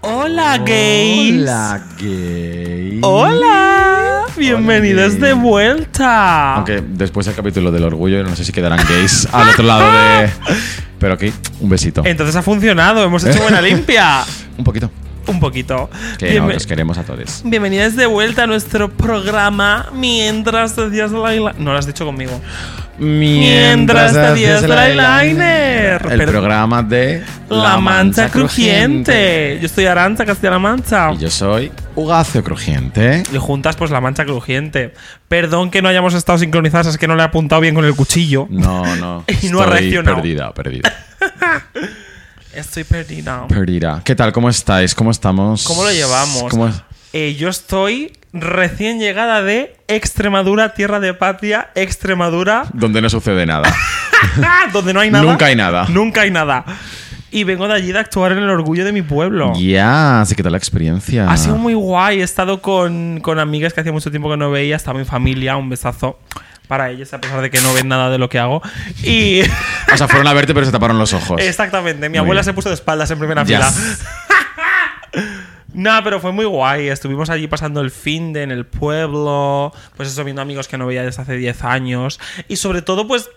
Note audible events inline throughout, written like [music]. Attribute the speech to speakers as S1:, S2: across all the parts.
S1: Hola, gays.
S2: Hola, gay.
S1: Hola. Bienvenidos
S2: gays.
S1: de vuelta.
S2: Aunque después del capítulo del orgullo, no sé si quedarán gays al otro lado
S1: [laughs]
S2: de. Pero aquí, un besito.
S1: Entonces ha funcionado, hemos hecho
S2: [laughs]
S1: buena limpia.
S2: Un poquito.
S1: Un poquito.
S2: Que no,
S1: Bienve-
S2: que os queremos a todos.
S1: Bienvenidas de vuelta a nuestro programa Mientras te hacías la eyeliner. No lo has dicho conmigo. Mientras te hacías el eyeliner.
S2: El
S1: Pero-
S2: programa de.
S1: La, mancha crujiente. Yo estoy Aranza Castilla-La Mancha.
S2: Y yo soy Ugacio Crujiente.
S1: Y juntas, pues la mancha crujiente. Perdón que no hayamos estado sincronizadas, es que no le he apuntado bien con el cuchillo.
S2: No, no.
S1: [laughs] Y no ha
S2: estoy
S1: reaccionado.
S2: Perdida, perdida.
S1: Estoy perdida.
S2: Perdida. ¿Qué tal? ¿Cómo estáis? ¿Cómo estamos?
S1: ¿Cómo lo llevamos?
S2: ¿Cómo-
S1: Eh, yo estoy recién llegada de Extremadura, tierra de patria, Extremadura, [laughs]
S2: Donde no sucede nada.
S1: donde no [laughs] hay nada.
S2: Nunca hay nada.
S1: Nunca hay nada. Y vengo de allí de actuar en el orgullo de mi pueblo.
S2: Ya, así que tal la experiencia.
S1: Oh. Ha sido muy guay. He estado con, con amigas que hacía mucho tiempo que no veía. Estaba mi familia. Un besazo para ellas, a pesar de que no ven nada de lo que hago. Y. [laughs]
S2: O sea, fueron a verte, pero se taparon los ojos.
S1: Exactamente. Mi
S2: Muy
S1: abuela
S2: bien.
S1: se puso de espaldas en primera
S2: Ya.
S1: fila. [laughs] No, pero fue muy guay. Estuvimos allí pasando el fin de en el pueblo, pues eso, viendo amigos que no veía desde hace 10 años. Y sobre todo, pues,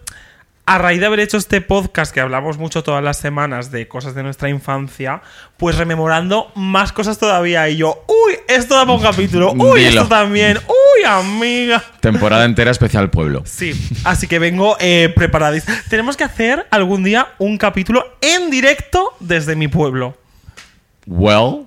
S1: a raíz de haber hecho este podcast que hablamos mucho todas las semanas de cosas de nuestra infancia, pues rememorando más cosas todavía. Y yo, uy, esto da para un capítulo, uy,
S2: Dilo.
S1: esto también, uy, amiga.
S2: Temporada entera especial pueblo.
S1: Sí, así que vengo eh, preparadis. Tenemos que hacer algún día un capítulo en directo desde mi pueblo.
S2: Well,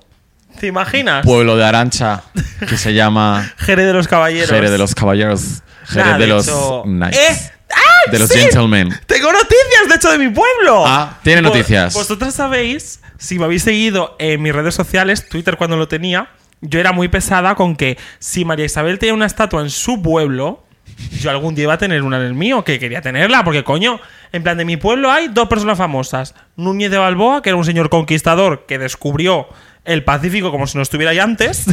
S1: ¿Te imaginas?
S2: pueblo de Arancha, que se llama
S1: Jere de los Caballeros.
S2: Jere de los Caballeros. Jere
S1: Nah,
S2: de, los
S1: hecho-
S2: Knights.
S1: ¡Eh! ¡Ah,
S2: de los
S1: sí!
S2: Gentlemen.
S1: Tengo noticias, de hecho, de mi pueblo.
S2: Ah, tiene
S1: Vos-
S2: noticias.
S1: Vosotras sabéis, si me habéis seguido en mis redes sociales, Twitter cuando lo tenía, yo era muy pesada con que si María Isabel tenía una estatua en su pueblo, yo algún día iba a tener una en el mío, que quería tenerla, porque coño, en plan de mi pueblo hay dos personas famosas. Núñez de Balboa, que era un señor conquistador que descubrió el Pacífico como si no estuviera ahí antes.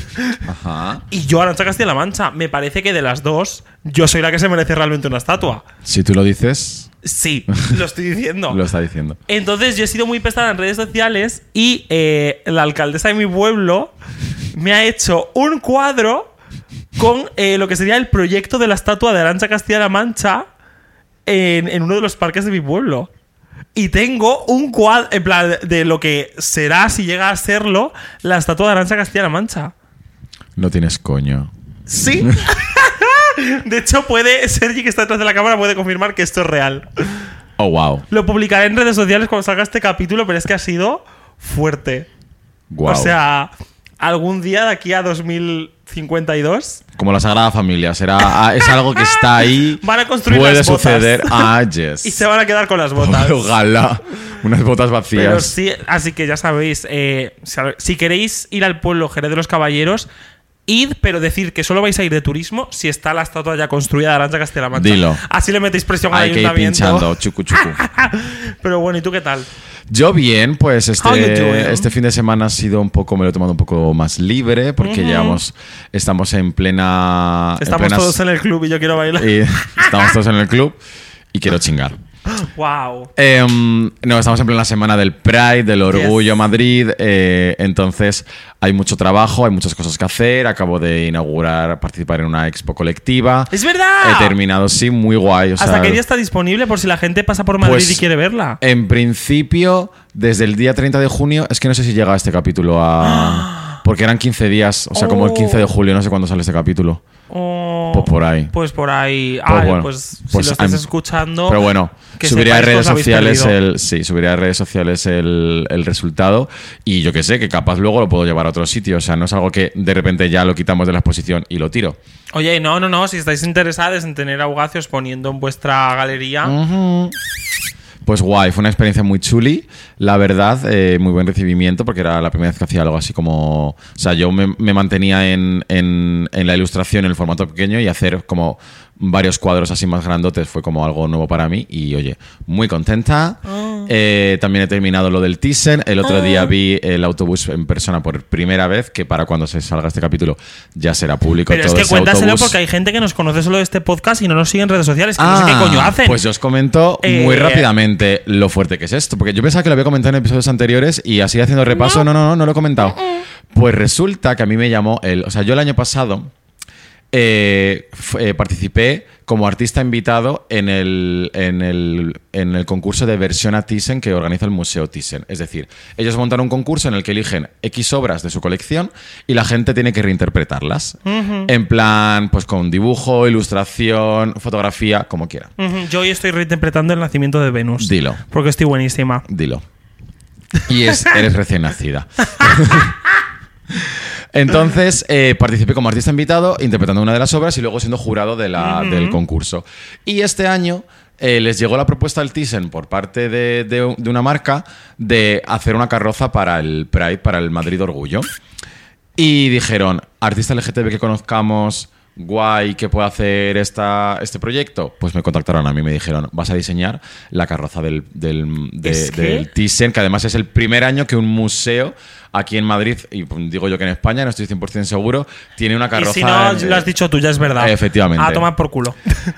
S2: Ajá.
S1: Y yo, Arancha Castilla-La Mancha, me parece que de las dos, yo soy la que se merece realmente una estatua.
S2: Si tú lo dices,
S1: Sí, lo estoy diciendo.
S2: [laughs] lo está diciendo.
S1: Entonces yo he sido muy pesada en redes sociales y eh, la alcaldesa de mi pueblo me ha hecho un cuadro con eh, lo que sería el proyecto de la estatua de Arancha Castilla-La Mancha en, en uno de los parques de mi pueblo. Y tengo un cuadro, en plan, de lo que será, si llega a serlo, la estatua de Arancha Castilla-La Mancha.
S2: No tienes coño.
S1: Sí. [laughs] de hecho, puede, Sergi, que está detrás de la cámara, puede confirmar que esto es real.
S2: Oh, wow.
S1: Lo publicaré en redes sociales cuando salga este capítulo, pero es que ha sido fuerte.
S2: Wow.
S1: O sea, algún día de aquí a 2052
S2: Como la Sagrada Familia, será ah, es algo que está ahí.
S1: Van a construir
S2: Puede
S1: las botas.
S2: suceder. Ah, yes.
S1: y se van a quedar con las botas.
S2: Ojalá. Unas botas vacías.
S1: Pero sí, así que ya sabéis, eh, si, si queréis ir al pueblo Jerez de los Caballeros, id, pero decir que solo vais a ir de turismo si está la estatua ya construida de Arancha Castilla-La Mancha.
S2: Dilo.
S1: Así le metéis presión al
S2: Hay que ir
S1: ayuntamiento.
S2: pinchando. Chucu, chucu.
S1: Pero bueno, ¿y tú qué tal?
S2: Yo bien, pues
S1: How you doing?
S2: este, este fin de semana ha sido un poco, me lo he tomado un poco más libre porque llevamos, estamos en plena... en
S1: Estamos
S2: plenas- [laughs]
S1: todos en el club y yo quiero bailar.
S2: eh, estamos todos en el club y quiero chingar.
S1: wow.
S2: Em, no, estamos en plena semana del Pride, del Orgullo
S1: Yes.
S2: Madrid, eh, entonces hay mucho trabajo, hay muchas cosas que hacer, acabo de inaugurar, participar en una expo colectiva.
S1: ¡Es verdad!
S2: He terminado, sí, muy guay. o
S1: ¿Hasta
S2: sea,
S1: qué día está disponible por si la gente pasa por Madrid
S2: Pues-
S1: y quiere verla?
S2: En principio, desde el día 30 de junio, es que no sé si llega este capítulo
S1: [gasps]
S2: a. Porque eran 15 días, o sea, como el
S1: Oh.
S2: 15 de julio, no sé cuándo sale este capítulo.
S1: O-
S2: Pues por ahí.
S1: Pues por ahí.
S2: Pues
S1: Ay,
S2: bueno,
S1: pues,
S2: pues
S1: si lo estás
S2: I'm-
S1: escuchando.
S2: Pero bueno,
S1: que
S2: subiré a
S1: sepáis que
S2: redes
S1: os habéis
S2: sociales
S1: perdido.
S2: el. Sí, subiré a redes sociales el, el resultado. Y yo que sé, que capaz luego lo puedo llevar a otro sitio. O sea, no es algo que de repente ya lo quitamos de la exposición y lo tiro.
S1: Oye, no, no, no. Si estáis interesados en tener a Ugacios poniendo en vuestra galería.
S2: Mm, Pues guay, fue una experiencia muy chuli, la verdad, eh, muy buen recibimiento, porque era la primera vez que hacía algo así como... O sea, yo me, me mantenía en, en- en la ilustración, en el formato pequeño, y hacer como varios cuadros así más grandotes fue como algo nuevo para mí, y oye, muy contenta. Eh, también he terminado lo del Thyssen, el otro día vi el autobús en persona por primera vez, que para cuando se salga este capítulo ya será público.
S1: Pero es
S2: todo
S1: que
S2: ese
S1: cuéntaselo
S2: autobús.
S1: porque hay gente que nos conoce solo de este podcast y no nos sigue en redes sociales. Que no sé qué
S2: Ah,
S1: coño hacen.
S2: Pues yo os comento
S1: Eh,
S2: muy rápidamente lo fuerte que es esto, porque yo pensaba que lo había comentado en episodios anteriores y así haciendo repaso, no, no, no, no, lo he comentado. Pues resulta que a mí me llamó él. O sea, yo el año pasado eh, f- eh, participé como artista invitado en el, en, el, en el concurso de versión a Thyssen que organiza el Museo Thyssen. Es decir, ellos montan un concurso en el que eligen X obras de su colección y la gente tiene que reinterpretarlas. En plan, pues con dibujo, ilustración, fotografía, como quiera.
S1: Ujú, Yo hoy estoy reinterpretando el nacimiento de Venus.
S2: Dilo.
S1: Porque estoy buenísima.
S2: Dilo. Y es, eres recién nacida. Entonces eh, participé como artista invitado, interpretando una de las obras y luego siendo jurado de la- del concurso. Y este año eh, les llegó la propuesta al Thyssen por parte de, de- de una marca de hacer una carroza para el Pride, para el Madrid Orgullo. Y dijeron, artista LGTB que conozcamos, guay, que puede hacer esta, este proyecto. Pues me contactaron a mí y me dijeron, vas a diseñar la carroza del, del, de-
S1: ¿Es que?
S2: del Thyssen, que además es el primer año que un museo aquí en Madrid, y digo yo que en España, no estoy 100% seguro, tiene una carroza.
S1: Y si no
S2: en-
S1: lo has dicho tú, ya es verdad.
S2: Efectivamente.
S1: A tomar por culo.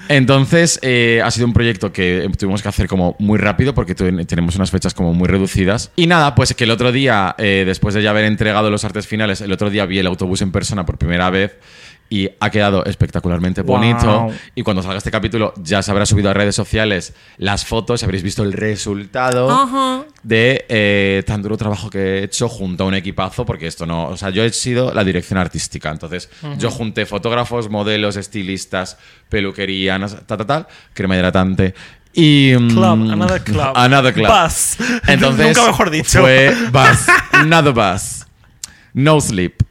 S2: entonces, eh, ha sido un proyecto que tuvimos que hacer como muy rápido porque tu- tenemos unas fechas como muy reducidas. Y nada, pues que el otro día, eh, después de ya haber entregado los artes finales, el otro día vi el autobús en persona por primera vez y ha quedado espectacularmente
S1: Wow.
S2: bonito. Y cuando salga este capítulo ya se habrá subido a redes sociales las fotos, habréis visto el resultado de eh, tan duro trabajo que he hecho junto a un equipazo, porque esto no, o sea, yo he sido la dirección artística, entonces yo junté fotógrafos, modelos, estilistas, peluquería, no sé, ta, ta, tal, crema hidratante y... mm,
S1: Club, another club.
S2: Another club.
S1: [laughs] Bus.
S2: [laughs] Entonces,
S1: Nunca mejor dicho.
S2: Fue
S1: [laughs]
S2: bus, another bus, no sleep.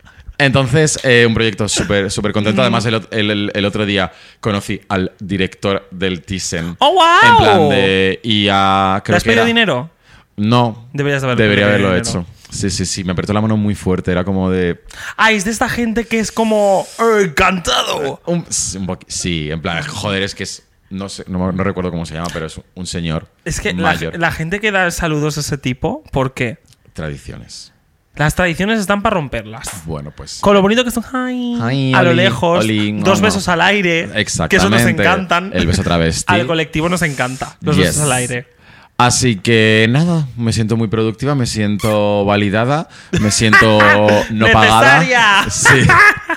S2: Entonces, eh, un proyecto súper súper contento. Además, el, ot- el- el- el otro día conocí al director del Thyssen.
S1: ¡Oh, wow!
S2: En plan de... Y a...
S1: ¿Le
S2: Creo
S1: has
S2: que era-
S1: pedido dinero?
S2: no.
S1: Deberías haberlo-
S2: Debería haberlo
S1: debería
S2: hecho. Sí, sí, sí. Me apretó la mano muy fuerte. Era como de.
S1: Ay, Ah, es de esta gente que es como. "Eh, ¡Encantado!
S2: Un, un poqui- sí,
S1: [laughs]
S2: en plan, joder, es que es. No sé, no, no recuerdo cómo se llama, pero es un señor
S1: Es que la,
S2: mayor.
S1: la gente que da saludos a ese tipo, ¿por qué?
S2: Tradiciones.
S1: Las tradiciones están para romperlas.
S2: Bueno, pues.
S1: Con lo bonito que son, ay,
S2: Ay,
S1: a lo
S2: oli,
S1: lejos,
S2: oli, no,
S1: dos
S2: no.
S1: besos al aire,
S2: Exactamente.
S1: que eso nos encantan.
S2: El beso travesti.
S1: [laughs] Al colectivo nos encanta, los
S2: Yes.
S1: besos al aire.
S2: Así que nada, me siento muy productiva, me siento validada,
S1: [laughs]
S2: me siento no pagada.
S1: Necesaria.
S2: Sí.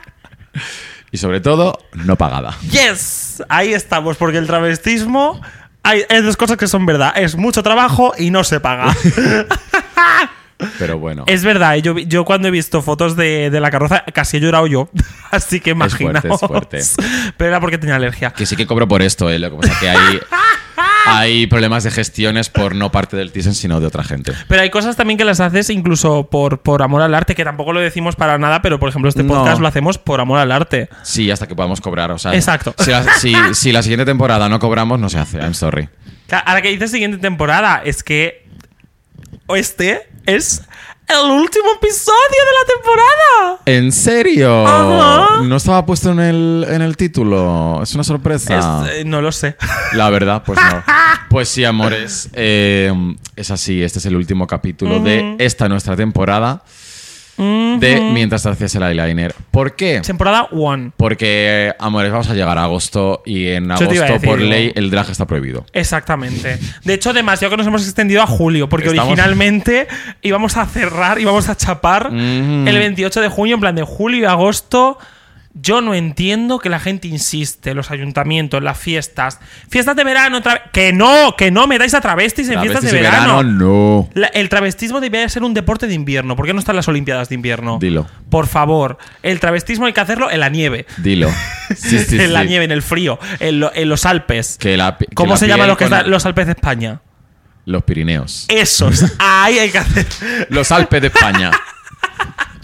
S2: Y sobre todo, no pagada.
S1: Yes, ahí estamos, porque el travestismo hay, es dos cosas que son verdad, es mucho trabajo y no se paga. [laughs]
S2: Pero bueno.
S1: es verdad, yo, vi- yo cuando he visto fotos de, de la carroza casi he llorado yo, [laughs] así que
S2: fuerte,
S1: imagina.
S2: es fuerte.
S1: Pero era porque tenía alergia.
S2: Que sí que cobro por esto, ¿eh? Lo que pasa es que hay,
S1: [laughs]
S2: hay problemas de gestiones por no parte del Thyssen, sino de otra gente.
S1: Pero hay cosas también que las haces incluso por, por amor al arte, que tampoco lo decimos para nada, pero por ejemplo este
S2: No.
S1: podcast lo hacemos por amor al arte.
S2: Sí, hasta que podamos cobrar, o sea.
S1: Exacto.
S2: Si la, si- si la siguiente temporada no cobramos, no se hace. I'm sorry.
S1: Ca- Ahora que dices siguiente temporada, es que este es el último episodio de la temporada.
S2: ¿En serio?
S1: Ajá.
S2: No estaba puesto en el, en el título. Es una sorpresa.
S1: Es- eh, no lo sé.
S2: La verdad, pues no. Pues sí, amores. eh, es así, este es el último capítulo de esta nuestra temporada de Mientras te hacías el eyeliner. ¿Por qué?
S1: Mm, temporada 1.
S2: Porque, eh, amores, vamos a llegar a agosto y en
S1: Yo te iba a
S2: agosto, por
S1: decir,
S2: ley,
S1: ¿no?
S2: el drag está prohibido.
S1: Exactamente. De hecho, demasiado que nos hemos extendido a julio, porque
S2: Estamos- [laughs]
S1: originalmente íbamos a cerrar, íbamos a chapar
S2: Mm.
S1: el 28 de junio, en plan de julio y agosto. Yo no entiendo que la gente insiste, los ayuntamientos, las fiestas. Fiestas de verano, tra- que no, que no metáis a travestis en fiestas de
S2: Travestis y
S1: verano.
S2: no.
S1: La- el travestismo debería ser un deporte de invierno. ¿Por qué no están las Olimpiadas de invierno?
S2: Dilo.
S1: Por favor, el travestismo hay que hacerlo en la nieve.
S2: Dilo. Sí, sí,
S1: [laughs] en la
S2: sí.
S1: nieve, en el frío, en, lo- en los Alpes.
S2: Que la pi- que
S1: ¿Cómo
S2: la
S1: se llaman
S2: piel
S1: los, que
S2: con
S1: están-
S2: el-
S1: los Alpes de España?
S2: Los Pirineos. [laughs]
S1: Esos. Ahí hay que hacer.
S2: Los Alpes de España.
S1: [laughs]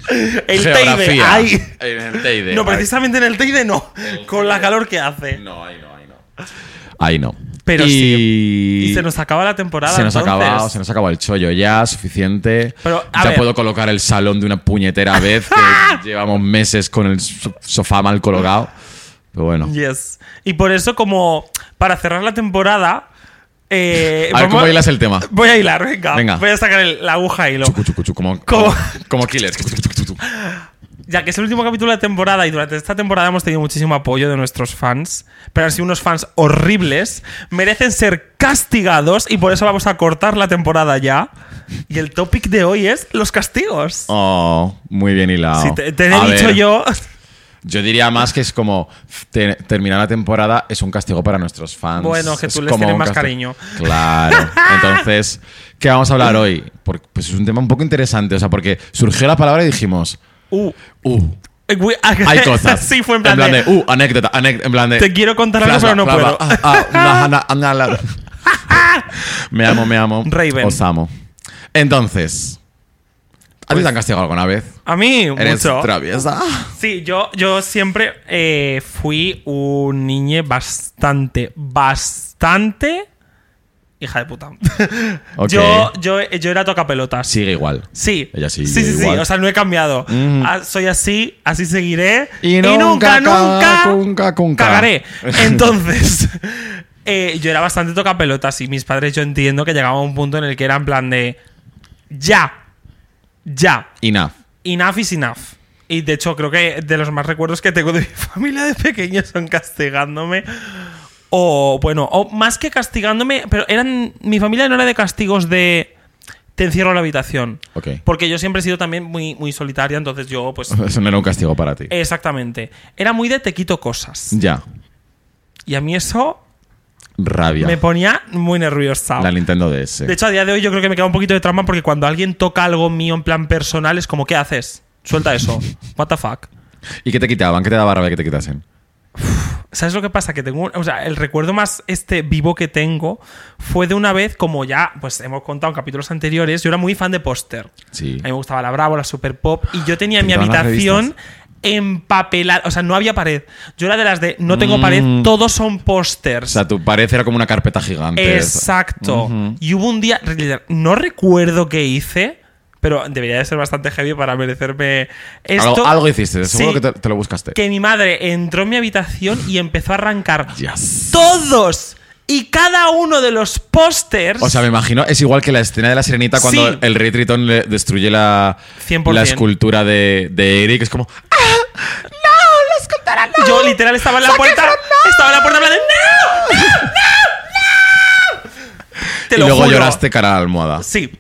S1: El Teide.
S2: Geografía.
S1: Ahí.
S2: En el Teide.
S1: No,
S2: Ay,
S1: precisamente en el Teide no. Con la calor que hace.
S2: No, ahí no, ahí no. Ahí no.
S1: Pero
S2: y...
S1: Y se nos acaba la temporada.
S2: Se nos ha
S1: entonces.
S2: acabado, se nos ha acabado el chollo ya, suficiente.
S1: Pero, a
S2: ya
S1: ver.
S2: puedo colocar el salón de una puñetera vez
S1: [laughs]
S2: que llevamos meses con el so- sofá mal colocado. Pero bueno.
S1: Yes. Y por eso, como para cerrar la temporada. eh,
S2: A ver
S1: vamos-
S2: cómo bailas
S1: [laughs]
S2: el tema.
S1: Voy a hilar, venga.
S2: Venga.
S1: Voy a sacar el- la aguja y hilo.
S2: Chucu, chucu, chucu, como,
S1: Como-
S2: como, como killer.
S1: ya que es el último capítulo de la temporada y durante esta temporada hemos tenido muchísimo apoyo de nuestros fans, pero han sido unos fans horribles, merecen ser castigados y por eso vamos a cortar la temporada ya. Y el topic de hoy es los castigos.
S2: Oh, muy bien hilado.
S1: Si te, te
S2: A
S1: he dicho
S2: ver,
S1: yo.
S2: Yo diría más que es como te- terminar la temporada es un castigo para nuestros fans.
S1: Bueno, que tú
S2: Es
S1: les
S2: como
S1: tienes
S2: un
S1: más cariño.
S2: castigo.
S1: [laughs]
S2: Claro. Entonces, ¿qué vamos a hablar hoy? Porque, pues es un tema un poco interesante, o sea, porque surgió la palabra y dijimos,
S1: Uh,
S2: uh,
S1: we- [laughs]
S2: hay cosas.
S1: sí, fue en plan, de,
S2: uh, anécdota, anécdota, en plan de.
S1: Te quiero contar algo,
S2: flashback,
S1: pero no
S2: flashback,
S1: puedo.
S2: ah,
S1: [laughs]
S2: ah, una- una- una- la- me amo, me amo.
S1: Raven.
S2: Os amo. Entonces, ¿a ti te han castigado alguna vez?
S1: A mí,
S2: ¿Eres
S1: Pues mucho. [laughs]
S2: traviesa?
S1: Sí, yo, yo siempre eh, fui un niño bastante, bastante hija de puta.
S2: [laughs] Ok.
S1: Yo, yo, yo era tocapelotas.
S2: Sigue igual.
S1: Sí.
S2: Ella sí,
S1: sí,
S2: yo
S1: sí, sí.
S2: igual.
S1: O sea, no he cambiado.
S2: Mm.
S1: Ah, soy así, así seguiré.
S2: Y
S1: Y
S2: nunca,
S1: nunca, nunca,
S2: ca- cunca, cunca. [laughs]
S1: cagaré. Entonces, [laughs] eh, yo era bastante tocapelotas y mis padres yo entiendo que llegaba a un punto en el que era en plan de ya, ya,
S2: Enough.
S1: enough is enough. Y de hecho, creo que de los más recuerdos que tengo de mi [laughs] familia de pequeño son castigándome. O, bueno, o más que castigándome, pero eran. Mi familia no era de castigos de. Te encierro en la habitación.
S2: Ok.
S1: Porque yo siempre he sido también muy, muy solitaria, entonces yo, pues.
S2: Eso no era un castigo para ti.
S1: Exactamente. Era muy de te quito cosas.
S2: ya.
S1: Y a mí eso
S2: Rabia.
S1: me ponía muy nerviosa.
S2: La Nintendo DS.
S1: De hecho, a día de hoy yo creo que me queda un poquito de trauma porque cuando alguien toca algo mío en plan personal es como, ¿qué haces? Suelta eso. What the fuck.
S2: ¿Y qué te quitaban? ¿Qué te daba rabia que te quitasen?
S1: ¿Sabes lo que pasa? Que tengo, un- o sea, el recuerdo más este vivo que tengo fue de una vez, como ya, pues hemos contado en capítulos anteriores, yo era muy fan de póster.
S2: Sí.
S1: A mí me gustaba la Bravo, la Super Pop, y yo tenía mi
S2: Pintaban las
S1: habitación empapelada, o sea, no había pared. Yo era de las de, no tengo pared,
S2: Mm.
S1: todos son
S2: O
S1: pósters.
S2: sea, tu pared era como una carpeta gigante.
S1: Exacto.
S2: Ujú.
S1: Y hubo un día, no recuerdo qué hice, pero debería de ser bastante heavy para merecerme esto.
S2: Algo, algo hiciste, seguro
S1: Sí.
S2: que te, te lo buscaste.
S1: Que mi madre entró en mi habitación y empezó a arrancar
S2: Yes.
S1: todos y cada uno de los pósters.
S2: O sea, me imagino, es igual que la escena de la sirenita cuando
S1: Sí.
S2: el rey Tritón le destruye la,
S1: 100%.
S2: la escultura de, de Eric. Es como, "Ah",
S1: yo literal estaba en la puerta. Estaba en la puerta hablando. ¡No! ¡No! ¡No! ¡No! Te
S2: y
S1: lo
S2: luego
S1: juro.
S2: lloraste cara a la almohada.
S1: Sí.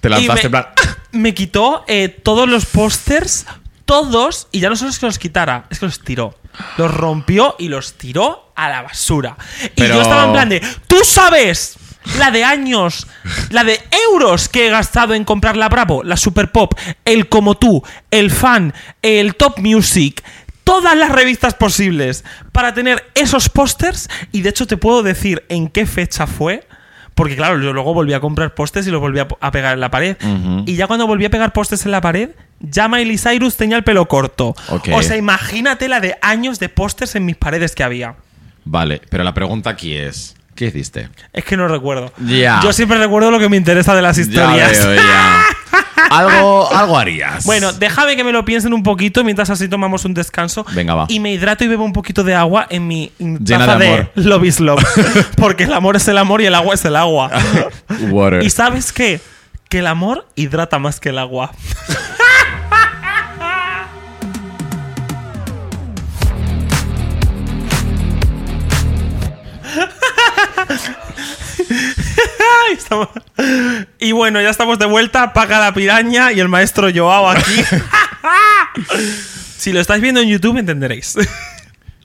S2: Te lanzaste
S1: Y me,
S2: en plan.
S1: me quitó eh, todos los pósters, todos, y ya no solo es que los quitara, es que los tiró. Los rompió y los tiró a la basura.
S2: Pero-
S1: Y yo estaba en plan de, tú sabes la de años, la de euros que he gastado en comprar la Bravo, la Super Pop, el Como tú, el Fan, el Top Music. Todas las revistas posibles para tener esos pósters. Y de hecho te puedo decir en qué fecha fue. Porque claro, yo luego volví a comprar pósters y los volví a, po- a pegar en la pared.
S2: Ujú.
S1: Y ya cuando volví a pegar pósters en la pared, ya Miley Cyrus tenía el pelo corto.
S2: Ok.
S1: O sea, imagínate la de años de pósters en mis paredes que había.
S2: Vale, pero la pregunta aquí es: ¿qué hiciste?
S1: Es que no recuerdo.
S2: Ya.
S1: Yo siempre recuerdo lo que me interesa de las historias.
S2: Ya veo, ya. algo, algo harías.
S1: Bueno, déjame que me lo piensen un poquito mientras así tomamos un descanso.
S2: Venga, va.
S1: Y me hidrato y bebo un poquito de agua en mi
S2: Llena
S1: taza
S2: de
S1: de,
S2: amor.
S1: Love is
S2: [laughs]
S1: Love. Porque el amor es el amor y el agua es el agua.
S2: Water.
S1: ¿Y sabes qué? Que el amor hidrata más que el agua. Ay, estamos- Y bueno, ya estamos de vuelta. Paga la piraña y el maestro Joao aquí. si lo estáis viendo en YouTube, entenderéis.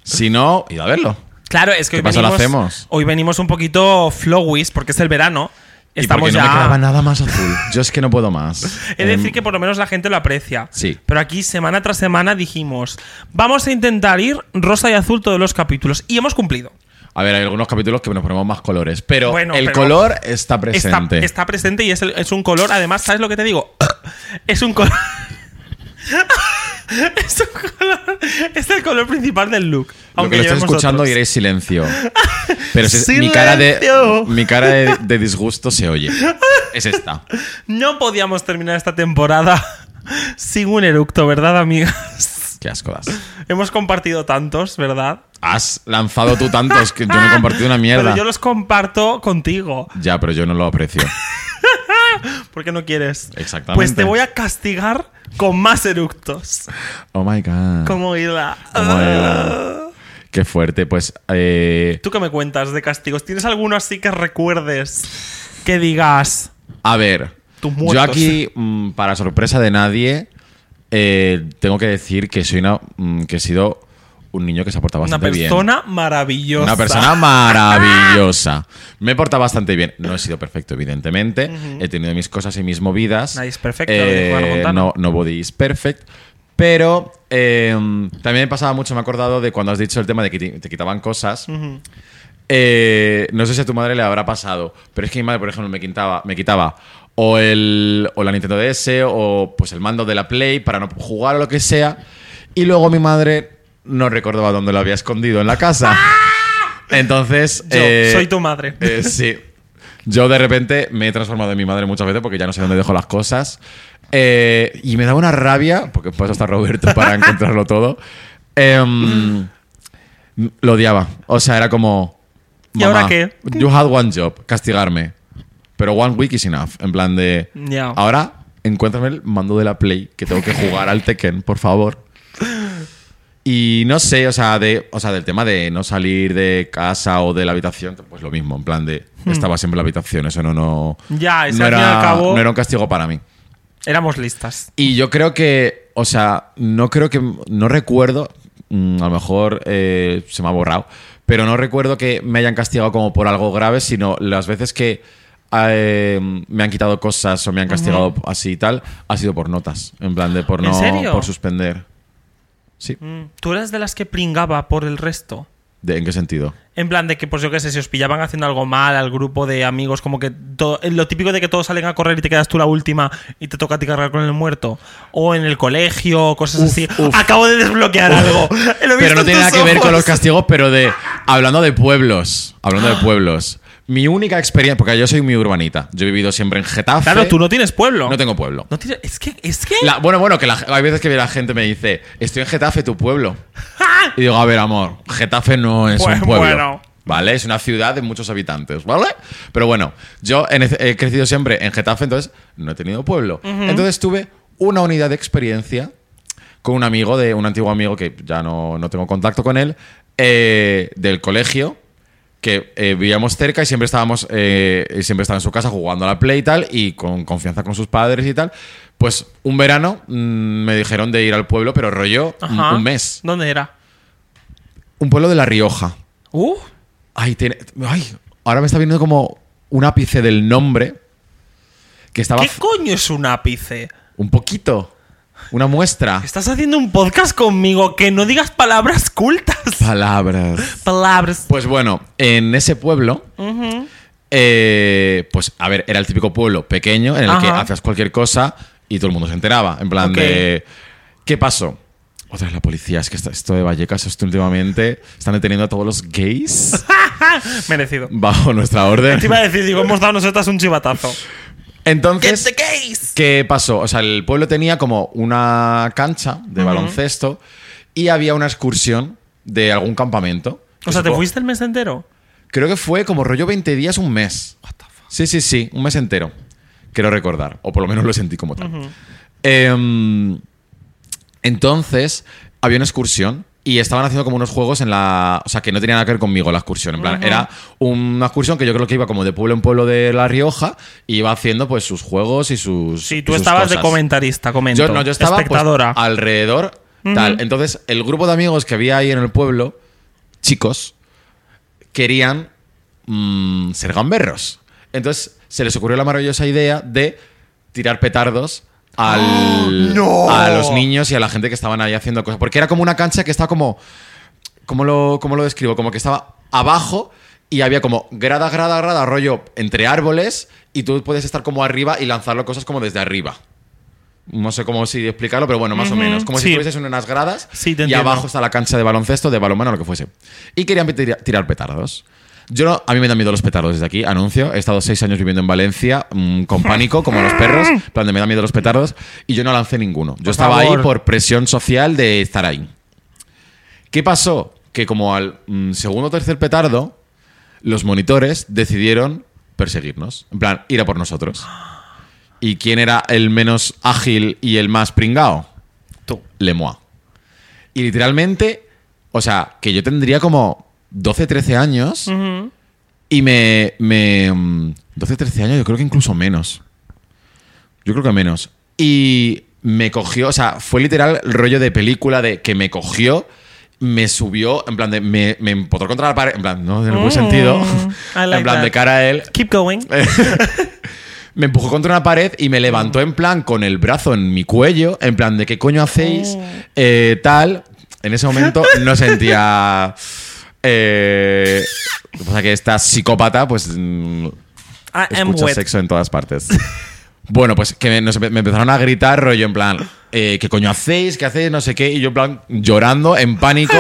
S2: Si no, id a verlo.
S1: Claro, es que hoy
S2: ¿Qué pasa, lo
S1: venimos,
S2: hacemos?
S1: hoy venimos un poquito flowis porque es el verano.
S2: Y
S1: Estamos
S2: porque no
S1: ya.
S2: me quedaba nada más azul. Yo es que no puedo
S1: [laughs]
S2: más.
S1: Es decir, que por lo menos la gente lo aprecia.
S2: Em, Sí.
S1: Pero aquí, semana tras semana, dijimos: Vamos a intentar ir rosa y azul todos los capítulos. Y hemos cumplido.
S2: A ver, hay algunos capítulos que nos ponemos más colores, pero
S1: Bueno,
S2: el
S1: pero-
S2: color está
S1: Está,
S2: presente.
S1: está presente y es, el- es un color. Además, ¿sabes lo que te digo? [coughs] es un color. [laughs] es un color. Es el color principal del look.
S2: Lo que
S1: aunque
S2: lo estáis
S1: llevemos
S2: escuchando
S1: otros.
S2: y iréis silencio. Pero si-
S1: [laughs]
S2: mi cara de
S1: ¡Silencio!
S2: mi cara de, de disgusto se oye. Es esta.
S1: No podíamos terminar esta temporada [laughs] sin un eructo, ¿verdad, amigas? [laughs]
S2: Qué asco das.
S1: Hemos compartido tantos, ¿verdad?
S2: Has lanzado tú tantos que yo no he compartido una mierda.
S1: Pero yo los comparto contigo.
S2: Ya, pero yo no lo aprecio.
S1: porque no quieres?
S2: Exactamente.
S1: Pues te voy a castigar con más eructos.
S2: Oh my god.
S1: Como Ila.
S2: Como Ila. Qué fuerte. Pues. eh,
S1: ¿Tú qué me cuentas de castigos? ¿Tienes alguno así que recuerdes que digas?
S2: a ver.
S1: Tus
S2: yo
S1: muertos.
S2: aquí, mm, para sorpresa de nadie, eh, tengo que decir que soy una. mm, que he sido un niño que se ha portado
S1: Una
S2: bastante Pues bien.
S1: persona maravillosa.
S2: Una persona maravillosa. Me he portado bastante bien. No he sido perfecto, evidentemente. He tenido mis cosas y mis movidas. Eh,
S1: Nadie es perfecto, lo dijo Hannah Montana.
S2: no, nobody is perfect. Pero eh, también me pasaba mucho, me he acordado de cuando has dicho el tema de que te te quitaban cosas. Eh, no sé si a tu madre le habrá pasado, pero es que mi madre, por ejemplo, me quitaba, me quitaba o, el, o la Nintendo DS o pues el mando de la Play para no jugar o lo que sea. Y luego mi madre no recordaba dónde lo había escondido en la casa. Entonces.
S1: ¡Ah! Yo
S2: eh,
S1: soy tu madre.
S2: eh, sí. Yo de repente me he transformado en mi madre muchas veces porque ya no sé dónde dejo las cosas. Eh, y me da una rabia, porque paso hasta Roberto para encontrarlo todo. Em, lo odiaba. O sea, era como.
S1: ¿Y ahora
S2: "Mamá,
S1: qué?"
S2: You had one job, castigarme. Pero one week is enough. En plan de.
S1: Ya.
S2: Ahora encuéntrame el mando de la Play, que tengo que jugar al Tekken, por favor. Y no sé, o sea, de, o sea, del tema de no salir de casa o de la habitación, pues lo mismo, en plan de estaba siempre en la habitación, eso no, no,
S1: Hmm. Ya, es
S2: no,
S1: que al fin y al
S2: era,
S1: cabo-
S2: no era un castigo para mí.
S1: Éramos listas.
S2: Y yo creo que, o sea, no creo que, no recuerdo, mm, a lo mejor eh, se me ha borrado, pero no recuerdo que me hayan castigado como por algo grave, sino las veces que eh, me han quitado cosas o me han castigado así y tal, ha sido por notas, en plan de por
S1: ¿En
S2: no,
S1: serio?
S2: por suspender. Sí.
S1: Mm, Tú eras de las que pringaba por el resto.
S2: ¿De- ¿En qué sentido?
S1: En plan de que, pues yo qué sé, si os pillaban haciendo algo mal al grupo de amigos, como que todo- eh, lo típico de que todos salen a correr y te quedas tú la última y te toca a ti cargar con el muerto. O en el colegio, cosas así.
S2: uf.
S1: Acabo de desbloquear algo.
S2: [laughs]
S1: Lo he visto
S2: Pero no
S1: en
S2: tiene
S1: tus
S2: nada que
S1: ojos.
S2: ver
S1: Ah.
S2: con los castigos, pero de. Hablando de pueblos. Hablando de pueblos. Mi única experiencia. Porque yo soy muy urbanita. Yo he vivido siempre en Getafe.
S1: Claro, tú no tienes pueblo.
S2: ¿eh? No tengo pueblo.
S1: No tiene- es que, es que. [laughs]
S2: La- bueno, bueno, que la- hay veces que la gente me dice, estoy en Getafe, tu pueblo.
S1: ¡Ah!
S2: Y digo, a ver, amor, Getafe no es
S1: Pues,
S2: un pueblo.
S1: bueno.
S2: ¿Vale? Es una ciudad de muchos habitantes, ¿vale? Pero bueno, yo en- he crecido siempre en Getafe, entonces no he tenido pueblo. Entonces tuve una unidad de experiencia con un amigo, de un antiguo amigo que ya no, no tengo contacto con él, eh, del colegio, que eh, vivíamos cerca y siempre estábamos eh, y siempre estaba en su casa jugando a la play y tal y con confianza con sus padres y tal pues un verano mm, me dijeron de ir al pueblo pero rollo mm,
S1: Ajá.
S2: un mes
S1: ¿Dónde era?
S2: un pueblo de la Rioja
S1: Uh,
S2: ay, tiene- ay ahora me está viniendo como un ápice del nombre que estaba
S1: ¿Qué
S2: f-
S1: coño es un ápice?
S2: un poquito una muestra
S1: Estás haciendo un podcast conmigo que no digas palabras cultas.
S2: [laughs] palabras
S1: Palabras.
S2: Pues bueno, en ese pueblo, eh, pues a ver, era el típico pueblo pequeño en el que
S1: Ajá.
S2: hacías cualquier cosa y todo el mundo se enteraba. En plan
S1: Ok.
S2: de. ¿Qué pasó? Otra vez la policía, es que esta- esto de Vallecas, esto últimamente están deteniendo a todos los
S1: [laughs]
S2: gays
S1: Merecido.
S2: bajo nuestra orden.
S1: Te iba a decir, digo, hemos dado nosotras un chivatazo. ¿Qué
S2: Entonces,
S1: te gays!
S2: ¿Qué pasó? O sea, el pueblo tenía como una cancha de baloncesto y había una excursión de algún campamento.
S1: O sea, ¿te
S2: Supongo-
S1: fuiste el mes entero?
S2: Creo que fue como rollo 20 días, un mes. Sí, sí, sí, un mes entero. Quiero recordar, o por lo menos lo sentí como tal. Em, entonces, había una excursión y estaban haciendo como unos juegos en la. O sea, que no tenía nada que ver conmigo la excursión. En plan, era una excursión que yo creo que iba como de pueblo en pueblo de La Rioja y iba haciendo pues sus juegos y sus.
S1: Sí,
S2: y
S1: tú
S2: sus
S1: estabas de
S2: cosas.
S1: comentarista, comento.
S2: Yo, no, yo estaba pues,
S1: espectadora.
S2: alrededor. tal. Entonces, el grupo de amigos que había ahí en el pueblo, chicos, querían mm, ser gamberros. Entonces, se les ocurrió la maravillosa idea de tirar petardos al, a los niños y a la gente que estaban ahí haciendo cosas. Porque era como una cancha que estaba como. ¿Cómo lo, cómo lo describo? Como que estaba abajo y había como grada, grada, grada, rollo entre árboles y tú puedes estar como arriba y lanzarlo cosas como desde arriba. No sé cómo si explicarlo, pero bueno, más
S1: Ujú,
S2: o menos. Como
S1: sí.
S2: si estuvieses en unas gradas
S1: Sí, te
S2: y
S1: entiendo.
S2: abajo está la cancha de baloncesto, de balonmano, lo que fuese. Y querían tira- tirar petardos. Yo no- a mí me dan miedo los petardos desde aquí, anuncio. He estado seis años viviendo en Valencia mm, con pánico, como los perros, en plan de me dan miedo los petardos, y yo no lancé ninguno. Yo
S1: Por
S2: estaba
S1: favor.
S2: ahí por presión social de estar ahí. ¿Qué pasó? Que como al mm, segundo o tercer petardo, los monitores decidieron perseguirnos. En plan, ir a por nosotros. ¿Y quién era el menos ágil y el más pringao?
S1: Tú.
S2: Lemois. Y literalmente, o sea, que yo tendría como 12, 13 años
S1: Ujú.
S2: y me, me. mm, 12, 13 años, yo creo que incluso menos. Yo creo que menos. Y me cogió, o sea, fue literal rollo de película de que me cogió, me subió, en plan de. Me, me empotró contra la pared, en plan, no, en el buen
S1: Mm,
S2: sentido.
S1: I like
S2: [laughs] en plan,
S1: that.
S2: de cara a él,
S1: Keep going.
S2: Eh, me empujó contra una pared y me levantó en plan con el brazo en mi cuello, en plan de qué coño hacéis, Eh, tal. En ese momento no sentía... Eh, lo que pasa es que esta psicópata pues mm,
S1: I am
S2: escucha
S1: wet.
S2: sexo en todas partes. [laughs] Bueno, pues que me, no sé, me empezaron a gritar rollo en plan, eh, ¿qué coño hacéis? ¿Qué hacéis? No sé qué. Y yo en plan llorando, en pánico,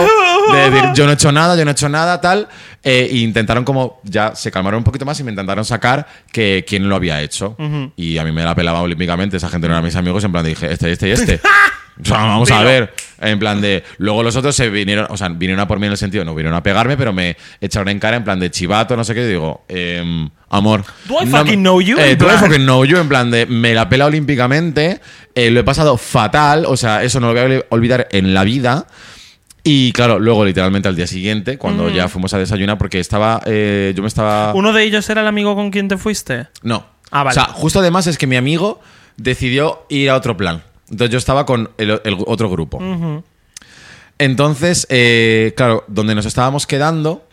S2: de decir, yo no he hecho nada, yo no he hecho nada, tal. Eh, e intentaron como, ya se calmaron un poquito más y me intentaron sacar que quién lo había hecho. Y a mí me la pelaba olímpicamente, esa gente no eran mis amigos, en plan dije, este, este
S1: [laughs]
S2: y este. O sea, vamos a
S1: Dilo.
S2: ver. En plan de. Luego los otros se vinieron. O sea, vinieron a por mí en el sentido. No vinieron a pegarme, pero me echaron en cara en plan de chivato, no sé qué. y digo, em, amor.
S1: Do I
S2: no
S1: fucking know you?
S2: eh,
S1: En
S2: do I
S1: plan.
S2: fucking know you? En plan de. Me la pela olímpicamente. eh, lo he pasado fatal. O sea, eso no lo voy a ol- olvidar en la vida. Y claro, luego literalmente al día siguiente, cuando
S1: Mm.
S2: ya fuimos a desayunar, porque estaba. eh, yo me estaba.
S1: ¿Uno de ellos era el amigo con quien te fuiste?
S2: No.
S1: Ah, vale.
S2: O sea, justo además es que mi amigo decidió ir a otro plan. Entonces yo estaba con el, el otro grupo. Entonces, eh, claro, donde nos estábamos quedando,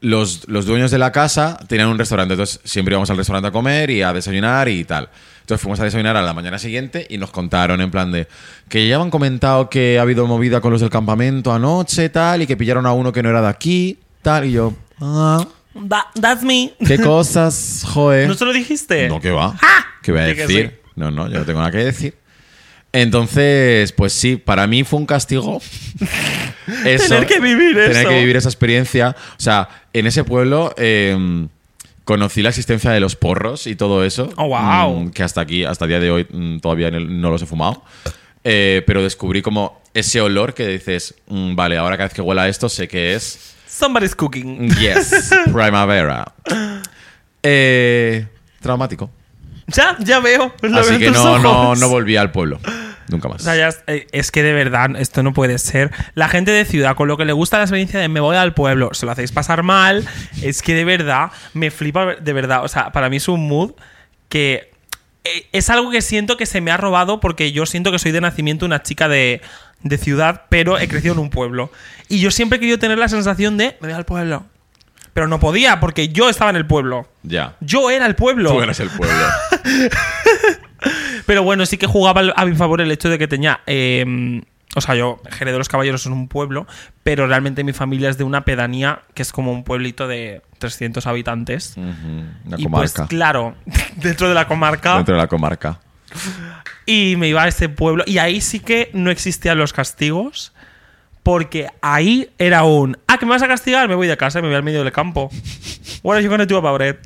S2: los, los dueños de la casa tenían un restaurante. Entonces siempre íbamos al restaurante a comer y a desayunar y tal. Entonces fuimos a desayunar a la mañana siguiente y nos contaron en plan de que ya me han comentado que ha habido movida con los del campamento anoche, tal, y que pillaron a uno que no era de aquí, tal. Y yo, ah,
S1: Tha- that's me.
S2: qué cosas,
S1: [laughs]
S2: joe.
S1: ¿No se lo dijiste?
S2: No, ¿qué va? ¿Qué voy a
S1: Di ¡Ah! que
S2: decir? No, no, yo no tengo nada que decir. Entonces, pues sí, para mí fue un castigo.
S1: [laughs]
S2: eso,
S1: Tener que vivir
S2: Tener
S1: eso.
S2: que vivir esa experiencia. O sea, en ese pueblo eh, conocí la existencia de los porros y todo eso.
S1: Oh, wow.
S2: Mm, que hasta aquí, hasta el día de hoy, mm, todavía no- no los he fumado. Eh, pero descubrí como ese olor que dices, mm, vale, ahora cada vez que huela esto sé que es...
S1: Somebody's
S2: Mm.
S1: cooking.
S2: Yes,
S1: [laughs]
S2: primavera. Eh, traumático.
S1: Ya, ya veo. [laughs] Lo veo
S2: Así
S1: en
S2: que
S1: tus
S2: no, no,
S1: ojos.
S2: no volví al pueblo. Nunca más.
S1: O sea, ya es, eh, es que de verdad, esto no puede ser. La gente de ciudad, con lo que le gusta la experiencia de me voy al pueblo, se lo hacéis pasar mal. Es que de verdad, me flipa, ver- de verdad. O sea, para mí es un mood que eh, es algo que siento que se me ha robado porque yo siento que soy de nacimiento una chica de, de ciudad, pero he crecido en un pueblo. Y yo siempre he querido tener la sensación de me voy al pueblo. Pero no podía porque yo estaba en el pueblo.
S2: Ya.
S1: Yo era el pueblo.
S2: Tú eres
S1: [laughs]
S2: el pueblo.
S1: Pero bueno, sí que jugaba al- a mi favor el hecho de que tenía. eh, o sea, yo, Jerez de los Caballeros es un pueblo, pero realmente mi familia es de una pedanía que es como un pueblito de 300 habitantes.
S2: Ujú, Una
S1: y pues,
S2: comarca.
S1: claro, [laughs] dentro de la comarca.
S2: Dentro de la comarca.
S1: Y me iba a este pueblo. Y ahí sí que no existían los castigos. Porque ahí era un. Ah, que me vas a castigar. Me voy de casa y me voy al medio del campo. What are you gonna do about it?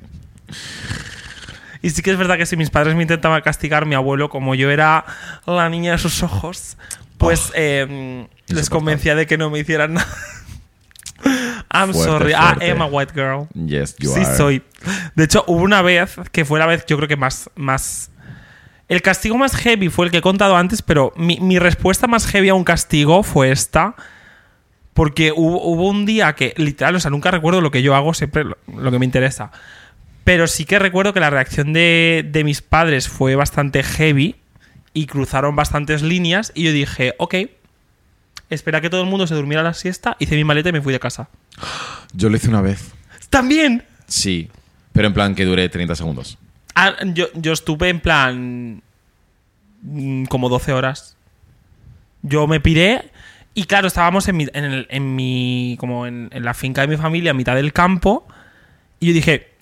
S1: Y sí que es verdad que si mis padres me intentaban castigar, mi abuelo, como yo era la niña de sus ojos, pues eh, les
S2: insoportable.
S1: convencía de que no me hicieran [laughs] nada. I'm
S2: Fuerte,
S1: sorry. I
S2: fuerte.
S1: am a white girl.
S2: Yes, you
S1: Sí,
S2: are.
S1: soy. De hecho, hubo una vez que fue la vez, yo creo que más. más el castigo más heavy fue el que he contado antes, pero mi, mi respuesta más heavy a un castigo fue esta. Porque hubo, hubo un día que, literal, o sea, nunca recuerdo lo que yo hago, siempre lo, lo que me interesa. Pero sí que recuerdo que la reacción de, de mis padres fue bastante heavy y cruzaron bastantes líneas. Y yo dije, ok, espera que todo el mundo se durmiera la siesta, hice mi maleta y me fui de casa.
S2: Yo lo hice una vez.
S1: ¡También!
S2: Sí. Pero en plan que duré 30 segundos.
S1: Ah, yo, yo estuve en plan. mm, como 12 horas. Yo me piré. Y claro, estábamos en mi. En el- en mi como en, en la finca de mi familia, a mitad del campo. Y yo dije.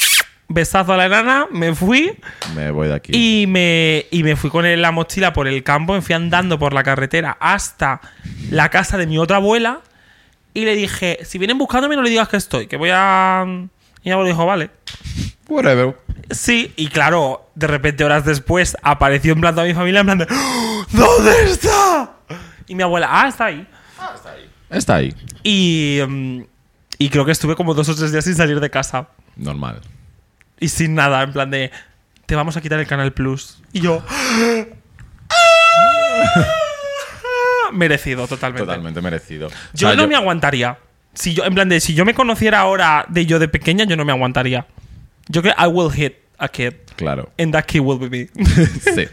S1: Besazo a la enana, me fui
S2: Me voy de aquí.
S1: y me, y me fui con la mochila por el campo, me fui andando por la carretera hasta la casa de mi otra abuela y le dije, si vienen buscándome no le digas que estoy, que voy a... Y mi abuelo dijo, vale.
S2: Whatever.
S1: Sí, y claro, de repente horas después apareció en plan toda mi familia en plan de, "¡Ah! ¿Dónde está? Y mi abuela, ah, está ahí.
S2: Está ahí.
S1: Y, mm, y creo que estuve como dos o tres días sin salir de casa
S2: Normal.
S1: y sin nada, en plan de, te vamos a quitar el Canal Plus. Y yo... "Ah, Merecido, totalmente.
S2: Totalmente merecido. O
S1: Yo
S2: sea,
S1: no me aguantaría. Si yo, en plan de, si yo me conociera ahora de yo de pequeña, yo no me aguantaría. Yo creo I will hit a kid.
S2: Claro.
S1: And that kid will be me. [laughs]
S2: Sí.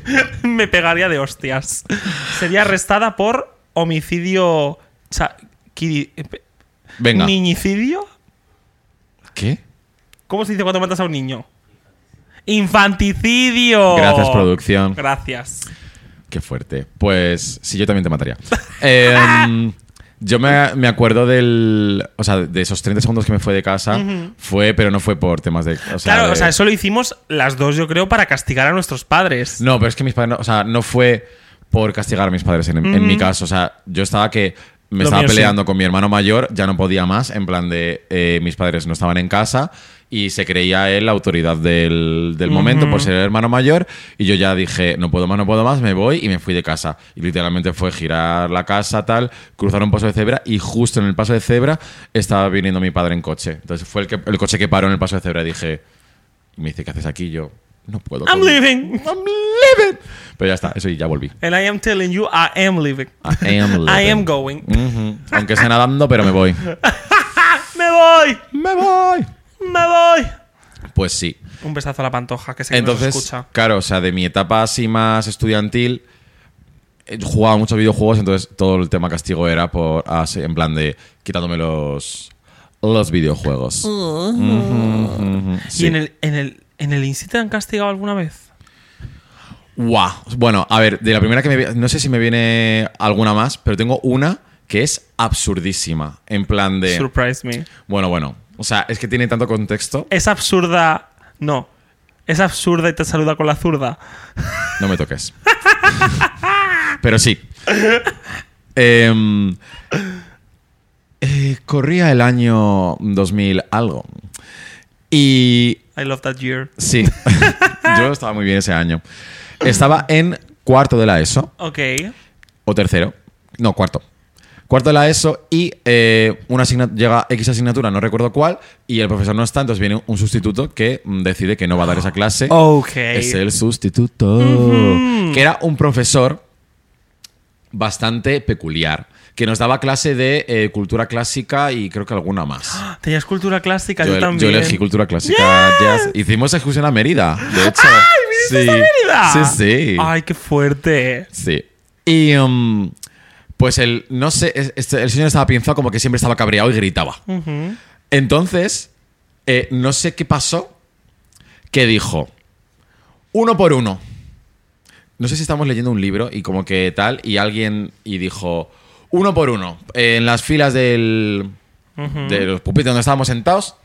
S1: me pegaría de hostias. Sería arrestada por homicidio. cha- qui- eh, pe-
S2: Venga.
S1: ¿Niñicidio?
S2: ¿Qué?
S1: ¿Cómo se dice cuando matas a un niño? ¡Infanticidio!
S2: Gracias, producción.
S1: Gracias.
S2: Qué fuerte. Pues sí, yo también te mataría. [laughs] Em, yo me, me acuerdo del. O sea, de esos 30 segundos que me fue de casa. Fue, pero no fue por temas de. o sea,
S1: claro,
S2: de-
S1: o sea, eso lo hicimos las dos, yo creo, para castigar a nuestros padres.
S2: No, pero es que mis padres. no- o sea, no fue por castigar a mis padres en, en mi caso. O sea, yo estaba que.
S1: Lo
S2: Me estaba
S1: mío sí.
S2: peleando con mi hermano mayor, ya no podía más, en plan de eh, mis padres no estaban en casa y se creía él la autoridad del, del momento por ser el hermano mayor y yo ya dije, no puedo más, no puedo más, me voy y me fui de casa. Y literalmente fue girar la casa, tal, cruzar un paso de cebra y justo en el paso de cebra estaba viniendo mi padre en coche. Entonces fue el, que, el coche que paró en el paso de cebra y dije, y me dice, ¿qué haces aquí? Y Yo, no puedo.
S1: I'm
S2: con-
S1: leaving.
S2: I'm living. Pero ya está, eso y ya volví.
S1: And I am telling you, I am leaving.
S2: I am
S1: [laughs]
S2: living.
S1: I am going.
S2: Ujú. Aunque sea nadando, pero me voy.
S1: ¡Me voy!
S2: ¡Me voy!
S1: ¡Me voy!
S2: Pues sí.
S1: Un besazo a la pantoja que se
S2: Entonces,
S1: escucha.
S2: claro, o sea, de mi etapa así más estudiantil, eh, jugaba muchos videojuegos, entonces todo el tema castigo era por así, en plan de quitándome los, los videojuegos. Ujú, ujú, sí.
S1: ¿Y en el, en, el, en el INSI te han castigado alguna vez?
S2: Guau. Bueno, a ver, de la primera que me vi- no sé si me viene alguna más, pero tengo una que es absurdísima. En plan de.
S1: Surprise me.
S2: Bueno, bueno. O sea, es que tiene tanto contexto.
S1: Es absurda. No. Es absurda y te saluda con la zurda.
S2: No me toques. [laughs] Pero sí. Em, eh, corría el año 2000 algo. Y
S1: I love that year.
S2: sí, [laughs] yo estaba muy bien ese año. Estaba en cuarto de la ESO.
S1: Ok.
S2: o tercero. No, cuarto. Cuarto de la ESO y eh, una asigna- llega X asignatura, no recuerdo cuál, y el profesor no está, entonces viene un sustituto que mm, decide que no va a dar esa clase.
S1: Ok.
S2: Es el sustituto.
S1: Ujú.
S2: Que era un profesor bastante peculiar, que nos daba clase de eh, cultura clásica y creo que alguna más.
S1: Tenías cultura clásica, yo,
S2: Yo, yo
S1: Ah, también.
S2: elegí cultura clásica, jazz. Hicimos excursión a Mérida, de hecho.
S1: ¡Ay, viniste a Mérida!
S2: Sí, sí.
S1: Ay, qué fuerte.
S2: Sí. Y mm, pues el, no sé, es- este- el señor estaba pinzado como que siempre estaba cabreado y gritaba.
S1: Ujú.
S2: Entonces, eh, no sé qué pasó, que dijo, uno por uno. No sé si estamos leyendo un libro y como que tal, y alguien y dijo, uno por uno, eh, en las filas del, de los pupitres donde estábamos sentados,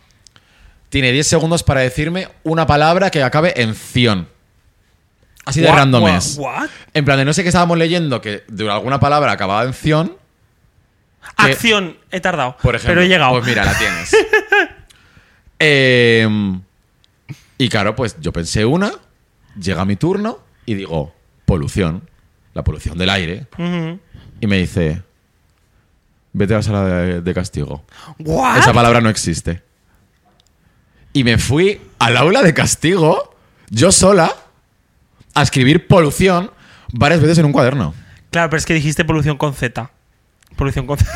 S2: tiene 10 segundos para decirme una palabra que acabe en Cion. Así de
S1: What,
S2: random
S1: what,
S2: es.
S1: what?
S2: En plan, de no sé qué estábamos leyendo, que de alguna palabra acababa en Cion, Que-
S1: Acción. He tardado.
S2: por ejemplo.
S1: Pero he llegado.
S2: Pues mira, la
S1: [laughs]
S2: tienes. Em, y claro, pues yo pensé una, llega mi turno y digo, polución, la polución del aire.
S1: Ujú.
S2: Y me dice, vete a la sala de, de castigo.
S1: What?
S2: Esa palabra no existe. Y me fui al aula de castigo, yo sola, a escribir polución varias veces en un cuaderno.
S1: Claro, pero es que dijiste polución con Z. Polución con [laughs] Z.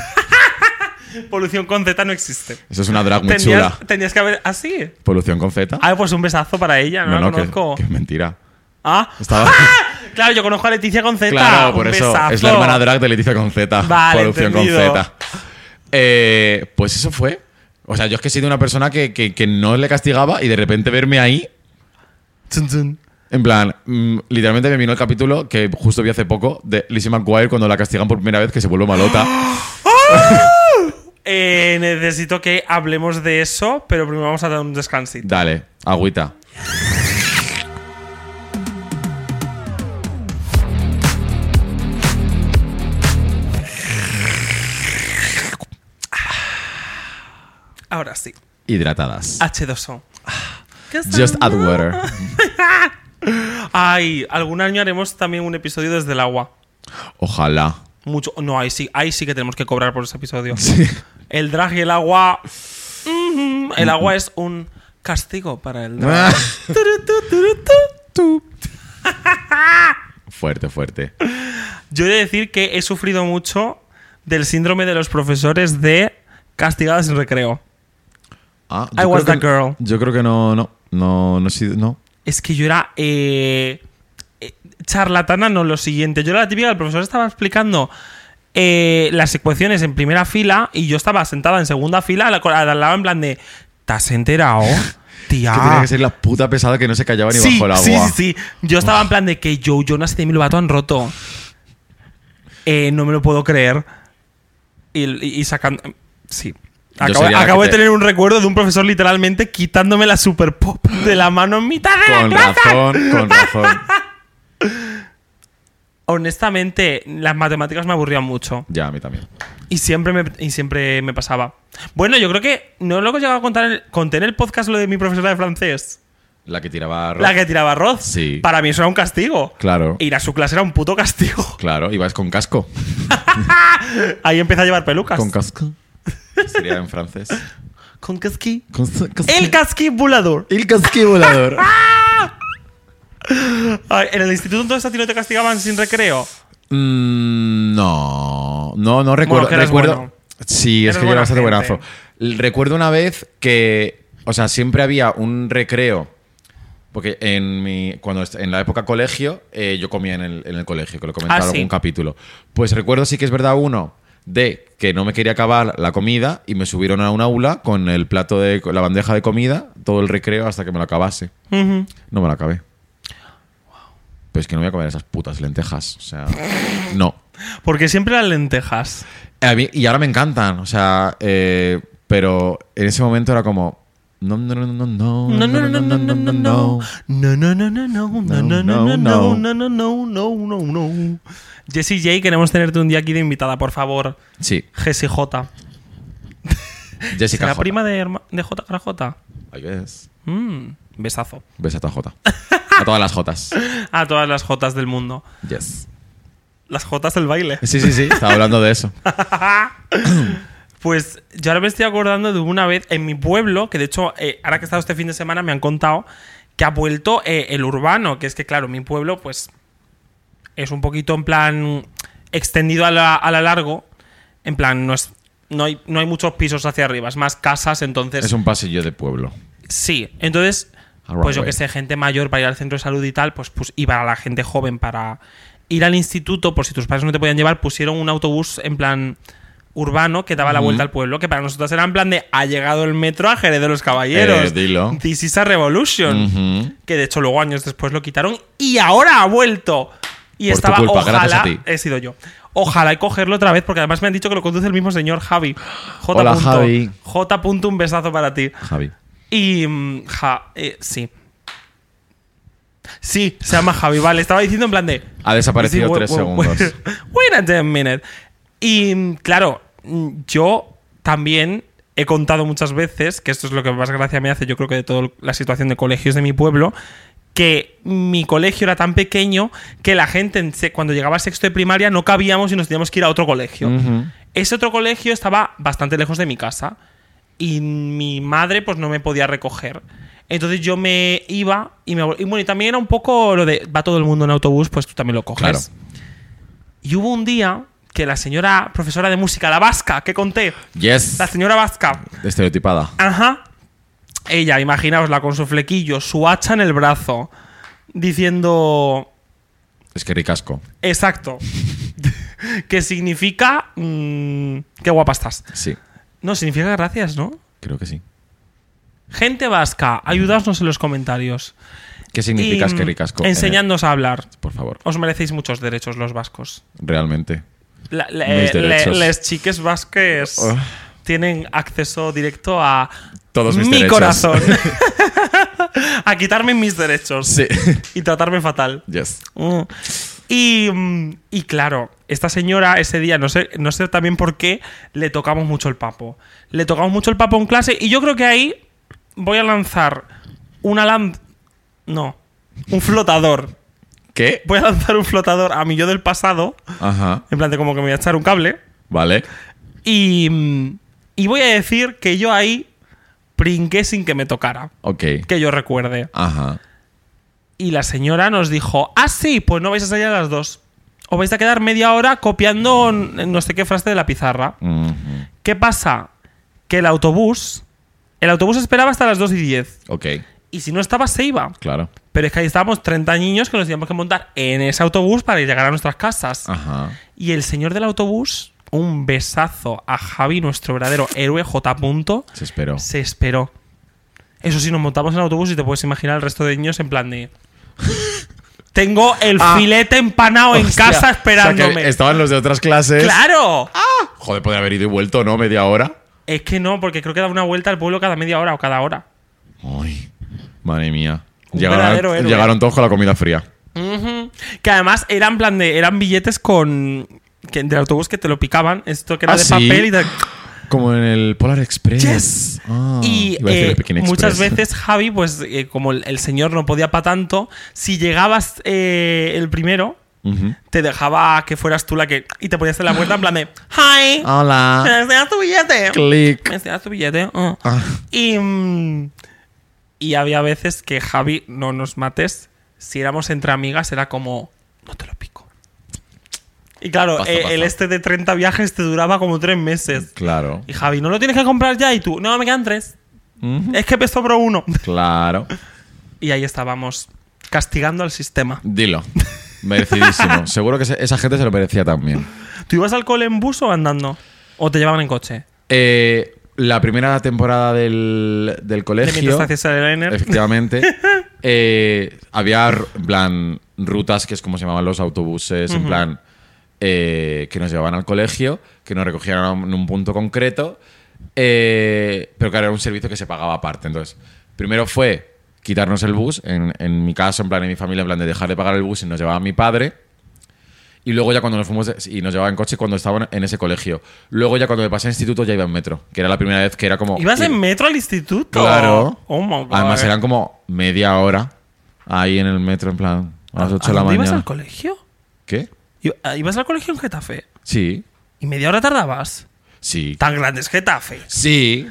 S1: polución con Z no existe.
S2: Eso es una drag muy
S1: Tenías,
S2: chula.
S1: tenías que haber. Así.
S2: Polución con Z.
S1: Ah, pues un besazo para ella, no, la conozco.
S2: que, que es mentira.
S1: Ah.
S2: Estaba-
S1: [laughs] Claro, yo conozco a Leticia con Z.
S2: claro, por
S1: un
S2: eso
S1: besazo.
S2: es la hermana drag de Leticia con Z.
S1: Vale,
S2: Polución con
S1: entendido.
S2: Z. Eh, pues eso fue. O sea, yo es que he sido una persona que, que- que no le castigaba y de repente verme ahí,
S1: Tun, tun.
S2: en plan, mm, literalmente me vino el capítulo que justo vi hace poco de Lizzie McGuire cuando la castigan por primera vez que se vuelve malota.
S1: [gasps] Eh, necesito que hablemos de eso, pero primero vamos a dar un descansito.
S2: Dale, agüita.
S1: Ahora sí.
S2: Hidratadas.
S1: H2O.
S2: Just add water.
S1: Ay, algún año haremos también un episodio desde el agua.
S2: Ojalá.
S1: Mucho. No, ahí sí, ahí sí que tenemos que cobrar por ese episodio. [laughs]
S2: Sí.
S1: El drag y el agua.
S2: [laughs]
S1: Mhm. El agua es un castigo para el drag. Turu, tu, turu, tu.
S2: tú. fuerte, fuerte.
S1: Yo he de decir que he sufrido mucho del síndrome de los profesores de castigadas en recreo.
S2: Ah,
S1: I was
S2: creo
S1: that
S2: que-
S1: girl.
S2: Yo creo que no, no, no, no he sido, no.
S1: Es que yo era eh, eh, charlatana, no lo siguiente. Yo era la típica, el profesor estaba explicando eh, las ecuaciones en primera fila y yo estaba sentada en segunda fila al, al lado en plan de, ¿te has
S2: [laughs]
S1: enterado? Tía.
S2: Que tenía que ser la puta pesada que no se callaba ni
S1: Ah. sí,
S2: bajo el agua.
S1: sí, sí, sí. Yo estaba en plan de que Joe Jonas y Demi Lovato han roto. Eh, no me lo puedo creer. Y, y- y sacando... Sí.
S2: Yo
S1: Acabo,
S2: sería la
S1: acabo
S2: que
S1: de
S2: te-
S1: tener un recuerdo de un profesor literalmente quitándome la super pop de la mano en mitad de la
S2: Con
S1: clase.
S2: razón, con razón.
S1: Honestamente, las matemáticas me aburrían mucho.
S2: Ya, a mí también.
S1: Y siempre me, y siempre me pasaba. Bueno, yo creo que no lo he llegado a contar. en el- conté en el podcast lo de mi profesora de francés.
S2: La que tiraba arroz.
S1: La que tiraba arroz.
S2: Sí.
S1: Para mí eso era un castigo.
S2: Claro.
S1: Ir a su clase era un puto castigo.
S2: Claro, ibas con casco.
S1: [laughs] Ahí empieza a llevar pelucas. [laughs]
S2: Con casco. Sería en francés.
S1: Con casqui.
S2: Con s- casqui.
S1: El casqui volador.
S2: [laughs] El casqui volador.
S1: Ay, en el instituto entonces a ti no te castigaban sin recreo.
S2: Mm, no, no, no recuerdo.
S1: Bueno, que eras
S2: recuerdo
S1: bueno.
S2: Sí,
S1: Eras
S2: es que yo
S1: buena
S2: era bastante
S1: gente.
S2: buenazo. L- Recuerdo una vez que, o sea, siempre había un recreo. Porque en mi, cuando est- en la época colegio, eh, yo comía en el, en el colegio, que lo comentaron
S1: Ah, sí.
S2: un capítulo. Pues recuerdo sí que es verdad uno de que no me quería acabar la comida y me subieron a un aula con el plato de con la bandeja de comida todo el recreo hasta que me lo acabase.
S1: Ujú.
S2: No me la acabé. Pero es que no voy a comer esas putas lentejas. O sea, no.
S1: Porque siempre las lentejas.
S2: A mí- y ahora me encantan. O sea, eh, pero en ese momento era como. No, no, no, no, no.
S1: No, no, no, no, no, no, no. No, no, no, no, no, no, no, no, no, no, no, no, no, no, no, no. Jessie J, queremos tenerte un día aquí de invitada, por favor.
S2: Sí,
S1: Jessie J.
S2: Jessica
S1: ¿Será
S2: J.
S1: prima de, herma- de J para J?
S2: I guess.
S1: Mm, besazo.
S2: Besato a J. A todas las Jotas.
S1: A todas las Jotas del mundo.
S2: Yes.
S1: Las Jotas del baile.
S2: Sí, sí, sí. Estaba hablando de
S1: [laughs]
S2: eso.
S1: Pues yo ahora me estoy acordando de una vez en mi pueblo, que de hecho, eh, ahora que he estado este fin de semana, me han contado que ha vuelto eh, el urbano, que es que, claro, mi pueblo, pues, es un poquito en plan extendido a la, a la largo. En plan, no es. No hay, no hay muchos pisos hacia arriba, es más casas, entonces.
S2: Es un pasillo de pueblo.
S1: Sí, entonces,
S2: Alright,
S1: pues yo que
S2: wait.
S1: sé, gente mayor para ir al centro de salud y tal, pues, pues y para la gente joven para ir al instituto, por si tus padres no te podían llevar, pusieron un autobús en plan urbano que daba la vuelta al pueblo, que para nosotros era en plan de ha llegado el metro a Jerez de los Caballeros.
S2: Eh, dilo.
S1: This is a revolution.
S2: Ujú.
S1: Que de hecho luego años después lo quitaron y ahora ha vuelto. Y
S2: Por tu
S1: estaba,
S2: culpa,
S1: ojalá,
S2: gracias a ti.
S1: he sido yo. Ojalá y cogerlo otra vez, porque además me han dicho que lo conduce el mismo señor Javi. J.
S2: Hola, Javi.
S1: J. punto, Un besazo para ti.
S2: Javi.
S1: Y. mm, ja, eh, sí. Sí, se llama Javi, vale. Estaba diciendo en plan de.
S2: Ha desaparecido
S1: Sí,
S2: tres
S1: we- we- we-
S2: segundos.
S1: Wait a damn minute. Y mm, claro, mm, yo también he contado muchas veces, que esto es lo que más gracia me hace, yo creo que de toda la situación de colegios de mi pueblo, que mi colegio era tan pequeño que la gente en se- cuando llegaba a sexto de primaria no cabíamos y nos teníamos que ir a otro colegio.
S2: Ujú.
S1: Ese otro colegio estaba bastante lejos de mi casa y mi madre pues no me podía recoger. Entonces yo me iba y me... vol- Y bueno, y también era un poco lo de va todo el mundo en autobús, pues tú también lo coges.
S2: Claro.
S1: Y hubo un día que la señora profesora de música, la vasca, que conté, [laughs]
S2: Yes.
S1: la señora vasca,
S2: Estereotipada.
S1: ajá, ella, imaginaosla con su flequillo, su hacha en el brazo, diciendo...
S2: Es que ricasco.
S1: Exacto. [laughs] que significa... mm, qué guapa estás.
S2: Sí,
S1: No, significa gracias, ¿no?
S2: creo que sí.
S1: Gente vasca, ayudadnos en los comentarios.
S2: ¿Qué significas
S1: Y,
S2: que ricasco?
S1: mm, Enseñadnos a hablar.
S2: Por favor,
S1: Os merecéis muchos derechos los vascos.
S2: realmente.
S1: La- eh, le-
S2: Mis derechos.
S1: les chiques vasques
S2: Oh.
S1: tienen acceso directo a
S2: Todos mis
S1: mi
S2: derechos. [laughs]
S1: corazón. [laughs] a quitarme mis derechos
S2: Sí. [laughs]
S1: y tratarme fatal.
S2: yes.
S1: Mm. Y, mm, y claro, esta señora ese día, no sé, no sé también por qué, le tocamos mucho el papo. Le tocamos mucho el papo en clase y yo creo que ahí voy a lanzar una lan... No, un flotador.
S2: ¿Qué?
S1: Voy a lanzar un flotador a mi yo del pasado,
S2: Ajá.
S1: en plan de como que me voy a echar un cable.
S2: Vale.
S1: Y, mm, y voy a decir que yo ahí pringué sin que me tocara,
S2: Ok.
S1: que yo recuerde.
S2: Ajá.
S1: Y la señora nos dijo, ah, sí, pues no vais a salir a las dos. Os vais a quedar media hora copiando n- no sé qué frase de la pizarra.
S2: Ujú.
S1: ¿Qué pasa? Que el autobús, el autobús esperaba hasta las 2 y 10.
S2: Ok,
S1: Y si no estaba, se iba.
S2: claro.
S1: Pero es que ahí estábamos 30 niños que nos teníamos que montar en ese autobús para llegar a nuestras casas.
S2: Ajá.
S1: Y el señor del autobús, un besazo a Javi, nuestro verdadero héroe J. Punto,
S2: Se esperó.
S1: se esperó. Eso sí, nos montamos en el autobús y te puedes imaginar el resto de niños en plan de. Tengo el
S2: Ah.
S1: filete empanado en
S2: Hostia,
S1: casa
S2: o sea,
S1: esperándome.
S2: que este estaban los de otras clases.
S1: ¡Claro!
S2: Joder, podría haber ido y vuelto, ¿no? Media hora.
S1: Es que no, porque creo que da una vuelta al pueblo cada media hora o cada hora.
S2: Ay, madre mía.
S1: Un verdadero
S2: Llegaron,
S1: héroe.
S2: llegaron todos con la comida fría.
S1: Ujú. Que además eran plan de. eran billetes con. que- del autobús que te lo picaban. Esto que era
S2: ¿Ah,
S1: de
S2: sí?
S1: papel y te.
S2: Como en el Polar Express.
S1: Yes.
S2: Ah,
S1: y
S2: iba a decir
S1: eh,
S2: el Pekín Express.
S1: muchas veces Javi, pues eh, como el, el señor no podía para tanto, si llegabas eh, el primero,
S2: Ujú.
S1: te dejaba que fueras tú la que. Y te ponías en la puerta en plan de. ¡Hi!
S2: Ah.
S1: ¿Me
S2: Hola.
S1: [laughs] enseñas tu billete? ¿Me
S2: Click.
S1: enseñas tu billete? Ah.
S2: Ah,
S1: Y. mm, y había veces que Javi, no nos mates, si éramos entre amigas, era como. No te lo pico. Y claro,
S2: Pasa,
S1: eh,
S2: pasa.
S1: el este de 30 viajes te duraba como 3 meses.
S2: claro.
S1: Y Javi, ¿no lo tienes que comprar ya? Y tú, no, me quedan 3.
S2: Ujú.
S1: Es que me sobró uno. [laughs]
S2: Claro.
S1: Y ahí estábamos, castigando al sistema.
S2: Dilo. Merecidísimo. Seguro que ese- esa gente se lo merecía también.
S1: ¿Tú ibas al cole en bus o andando? ¿O te llevaban en coche?
S2: Eh, la primera temporada del, del
S1: De
S2: colegio.
S1: mientras te hacías el Ainer.
S2: Efectivamente.
S1: [laughs]
S2: Eh, había, r- en plan, rutas, que es como se llamaban los autobuses, en plan, eh, que nos llevaban al colegio, que nos recogían a un- en un punto concreto, eh, pero claro, era un servicio que se pagaba aparte. Entonces, primero fue quitarnos el bus, en, en mi caso, en plan, en mi familia, en plan, de dejar de pagar el bus y nos llevaba mi padre. Y luego ya cuando nos fuimos de- y nos llevaba en coche cuando estaban en ese colegio. Luego ya cuando me pasé a instituto ya iba en metro, que era la primera vez que era como...
S1: ¿Ibas
S2: ir-
S1: en metro al instituto?
S2: Claro.
S1: Oh my god.
S2: Además eran como media hora ahí en el metro, en plan, a las 8 de la
S1: dónde
S2: mañana.
S1: ibas al colegio?
S2: ¿Qué?
S1: Yo- ah, ¿Ibas al colegio en Getafe?
S2: Sí,
S1: ¿Y media hora tardabas?
S2: sí.
S1: Tan grande es Getafe.
S2: Sí,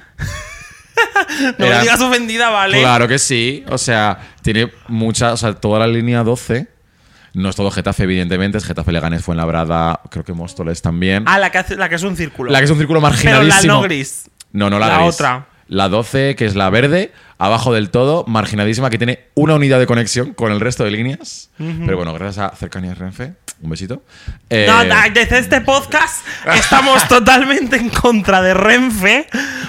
S1: No
S2: Era-
S1: me digas ofendida, ¿vale?
S2: claro que sí. O sea, tiene mucha, o sea, toda la línea 12. No es todo Getafe, evidentemente. Es Getafe, Leganés, Fuenlabrada, creo que Móstoles también.
S1: Ah, la que, hace- la que es un círculo.
S2: La que es un círculo
S1: Pero
S2: marginalísimo.
S1: la no gris.
S2: No, no la,
S1: La
S2: gris.
S1: otra.
S2: La 12, que es la verde, abajo del todo, marginadísima, que tiene una unidad de conexión con el resto de líneas. Pero bueno, gracias a Cercanías Renfe, un besito. Eh,
S1: No, no, desde este podcast
S2: [laughs]
S1: estamos totalmente en contra de Renfe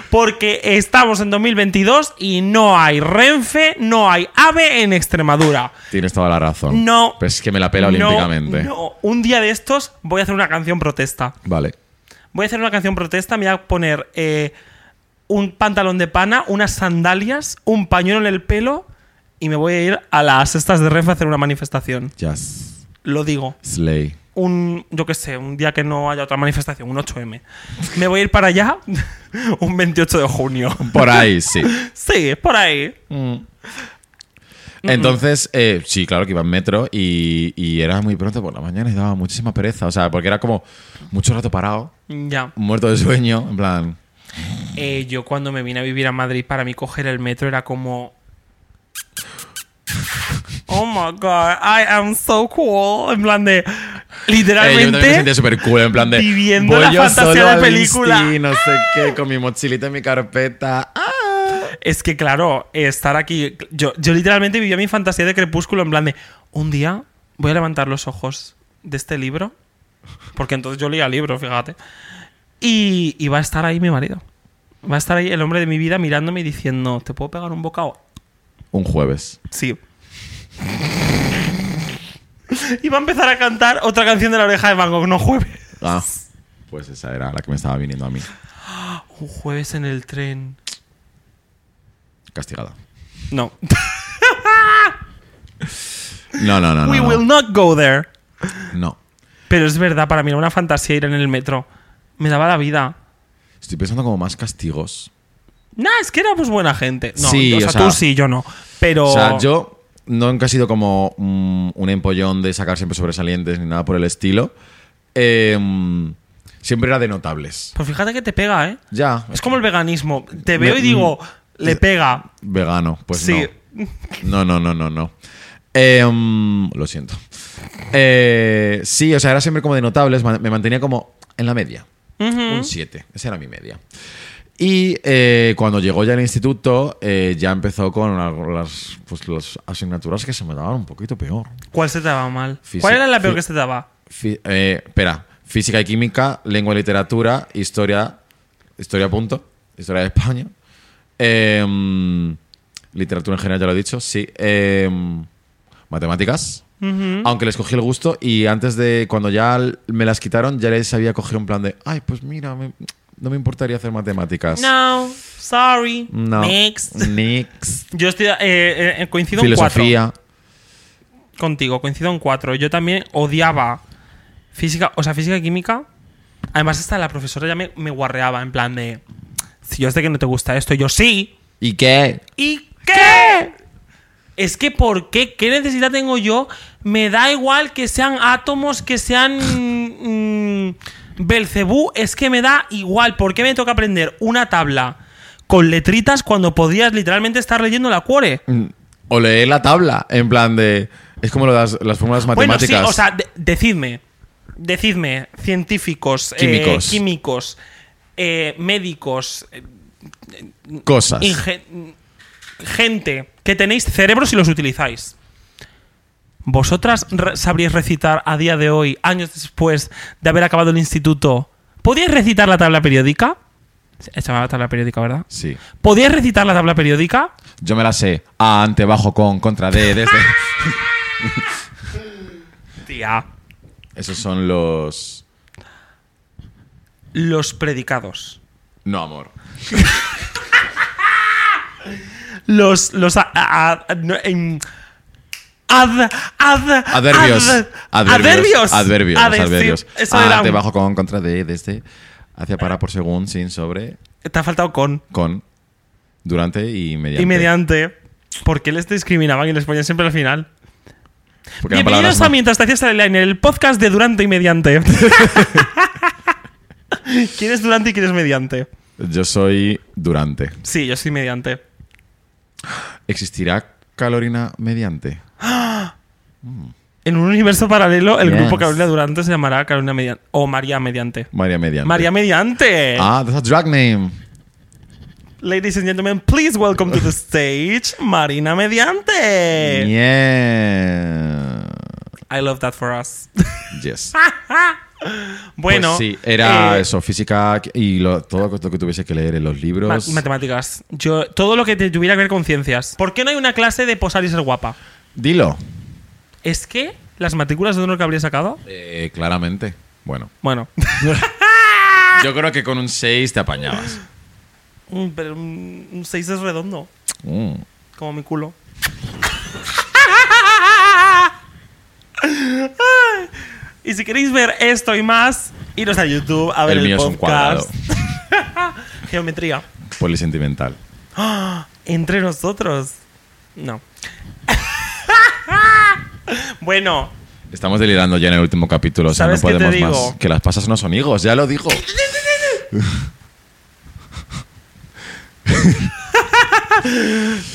S1: porque estamos en 2022 y no hay Renfe, no hay AVE en Extremadura.
S2: Tienes toda la razón.
S1: No.
S2: Pues es que me la pela
S1: No,
S2: olímpicamente.
S1: no. un día de estos voy a hacer una canción protesta.
S2: Vale.
S1: Voy a hacer una canción protesta, me voy a poner eh, un pantalón de pana, unas sandalias, un pañuelo en el pelo y me voy a ir a las estas de Renfe a hacer una manifestación.
S2: Just
S1: Lo digo.
S2: slay.
S1: un, yo qué sé, un día que no haya otra manifestación, un 8M. Me voy a ir para allá [laughs] un 28 de junio.
S2: Por
S1: [laughs]
S2: ahí, sí.
S1: Sí, por ahí.
S2: Entonces, eh, sí, claro que iba en metro y, y era muy pronto por la mañana y daba muchísima pereza. O sea, porque era como mucho rato parado,
S1: Ya.
S2: muerto de sueño, en plan.
S1: Eh, yo cuando me vine a vivir a Madrid, para mí coger el metro era como... Oh my god, I am so cool. En plan de...
S2: Eh, yo también me
S1: Literalmente...
S2: sentía súper cool, en plan de.
S1: viviendo
S2: voy
S1: la
S2: yo
S1: fantasía
S2: solo
S1: de
S2: al
S1: película.
S2: Insti, no sé qué, con mi mochilita y mi carpeta. Ah.
S1: Es que claro, estar aquí. Yo, yo literalmente vivía mi fantasía de crepúsculo en plan de. Un día voy a levantar los ojos de este libro. Porque entonces yo leía libros, fíjate. Y, y va a estar ahí mi marido. Va a estar ahí el hombre de mi vida mirándome y diciendo: ¿Te puedo pegar un bocado?
S2: Un jueves.
S1: Sí. Y va a empezar a cantar otra canción de la oreja de Van Gogh, no jueves.
S2: Ah. Pues esa era la que me estaba viniendo a mí.
S1: Un jueves en el tren.
S2: Castigada.
S1: No.
S2: No, no, no. no,
S1: We
S2: no.
S1: will not go there.
S2: No.
S1: Pero es verdad, para mí era una fantasía ir en el metro. Me daba la vida.
S2: Estoy pensando como más castigos.
S1: Nah, es que éramos buena gente. No,
S2: Sí,
S1: yo- o,
S2: o
S1: sea,
S2: sea-
S1: tú sí, yo no. Pero.
S2: O sea, yo nunca he sido como mm, un empollón de sacar siempre sobresalientes ni nada por el estilo. Eh, mm, siempre era de notables.
S1: Pues fíjate que te pega, ¿eh?
S2: Ya.
S1: Es como el veganismo. Te
S2: Me-
S1: veo y digo, le pega.
S2: Vegano, pues
S1: Sí.
S2: no. No, no, no, no, no. Eh, mm, lo siento. Eh, sí, o sea, era siempre como de notables, man- me mantenía como en la media. Un 7, esa era mi media. Y eh, cuando llegó ya al instituto, eh, ya empezó con al- las, pues, las asignaturas que se me daban un poquito peor.
S1: ¿Cuál se te daba mal?
S2: Física-
S1: ¿Cuál era la peor
S2: fí-
S1: que se te daba?
S2: Fi- eh, espera, física y química, lengua y literatura, historia, historia punto, historia de España, em, literatura en general ya lo he dicho, sí, em, matemáticas, aunque les cogí el gusto y antes de cuando ya l- me las quitaron ya les había cogido un plan de, ay, pues mira, me- no me importaría hacer matemáticas.
S1: No, sorry.
S2: No.
S1: Next. [laughs]
S2: [laughs] Next.
S1: Yo estoy, eh, eh, coincido en cuatro.
S2: Filosofía.
S1: Contigo, coincido en cuatro. Yo también odiaba física, o sea, física y química. Además, hasta la profesora ya me, me guarreaba en plan de. Si yo sé que no te gusta esto, yo sí.
S2: ¿Y qué?
S1: ¿Y qué? Es que ¿por qué? ¿Qué necesidad tengo yo? Me da igual que sean átomos, que sean mm, Belcebú, es que me da igual. ¿Por qué me toca aprender una tabla con letritas cuando podías literalmente estar leyendo la cuore?
S2: Mm, O leer la tabla, en plan de... Es como lo de las, las fórmulas
S1: Bueno,
S2: matemáticas.
S1: sí, o sea, de- decidme, decidme, científicos, eh,
S2: Químicos.
S1: químicos, eh, médicos, eh,
S2: cosas.
S1: Inge- gente que tenéis cerebros y los utilizáis. ¿Vosotras re- sabríais recitar a día de hoy, años después de haber acabado el instituto? ¿Podíais recitar la tabla periódica? Se llamaba tabla periódica, ¿verdad?
S2: Sí.
S1: ¿Podíais recitar la tabla periódica?
S2: Yo me la sé. A, ante, bajo, con, contra,
S1: [laughs]
S2: de, desde.
S1: Tía.
S2: Esos son los.
S1: Los predicados.
S2: No, amor.
S1: Los. Los. a- a- a- no, em, ad- ad-
S2: Adverbios.
S1: ad-
S2: Adverbios.
S1: adverbios.
S2: Adverbios.
S1: Ade-
S2: los
S1: sí,
S2: adverbios.
S1: eso
S2: A,
S1: era
S2: ante,
S1: un-
S2: bajo, con, contra, de, desde. Hacia, para, por según, sin, sobre,
S1: Te ha faltado con.
S2: con, durante y mediante.
S1: Y mediante. ¿Por qué les discriminaban y les ponían siempre al final?
S2: Porque eran palabras
S1: Bienvenidos a
S2: más-
S1: Mientras te hacías el en el podcast de Durante y Mediante. [laughs] ¿Quién es Durante y quién es Mediante?
S2: Yo soy durante.
S1: Sí, yo soy Mediante.
S2: ¿Existirá calorina mediante?
S1: En un universo paralelo, el
S2: Yes.
S1: grupo Carolina Durante se llamará Carolina Mediante. O María Mediante.
S2: María mediante.
S1: María Mediante.
S2: Ah, that's a drag name.
S1: Ladies and gentlemen, please welcome
S2: [laughs]
S1: to the stage Marina Mediante.
S2: Yeah.
S1: I love that for us.
S2: Yes.
S1: [laughs]
S2: Pues
S1: bueno.
S2: sí, era
S1: eh,
S2: eso, física y lo- todo lo que tuviese que leer en los libros.
S1: ma- matemáticas. Yo, todo lo que te tuviera que ver con ciencias. ¿Por qué no hay una clase de posar y ser guapa?
S2: Dilo.
S1: Es que las matrículas de honor que habría sacado.
S2: Eh, claramente. Bueno,
S1: Bueno. [laughs]
S2: yo creo que con un 6 te apañabas.
S1: Mm, Pero un 6 es redondo,
S2: Mm.
S1: como mi culo. y si queréis ver esto y más, iros a YouTube a ver
S2: El
S1: el,
S2: mío es un cuadrado.
S1: podcast. [laughs] Geometría.
S2: Polisentimental.
S1: Entre nosotros. No. [laughs] bueno,
S2: Estamos delirando ya en el último capítulo, o sea, no
S1: ¿Sabes qué te
S2: podemos
S1: digo?
S2: más. Que las pasas no son higos, ya
S1: [laughs]
S2: lo digo.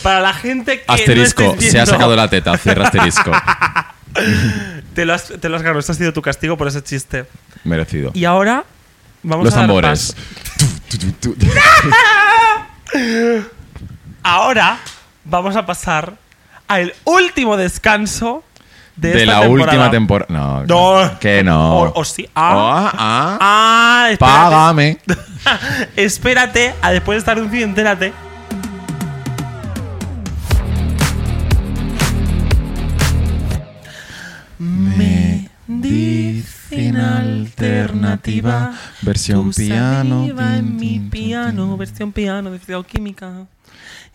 S1: para la gente que. no
S2: Asterisco,
S1: estéis
S2: se ha
S1: viendo-
S2: sacado la teta,
S1: [laughs]
S2: cierra asterisco.
S1: Te lo has, te lo has ganado, esto ha sido tu castigo por ese chiste.
S2: Merecido.
S1: Y ahora vamos
S2: Los
S1: a dar
S2: tambores.
S1: paso. Ahora vamos a pasar al último descanso de,
S2: De,
S1: esta
S2: la
S1: temporada.
S2: última temporada. No,
S1: No.
S2: Que no.
S1: O, o sí. Ah,
S2: Ah, ah.
S1: ah, espérate,
S2: Págame.
S1: [laughs] espérate a después de estar un día, entérate. Me
S2: dicen alternativa, versión
S1: tu
S2: piano,
S1: saliva
S2: tin,
S1: en mi
S2: tin, tin,
S1: piano,
S2: tin.
S1: versión piano de química.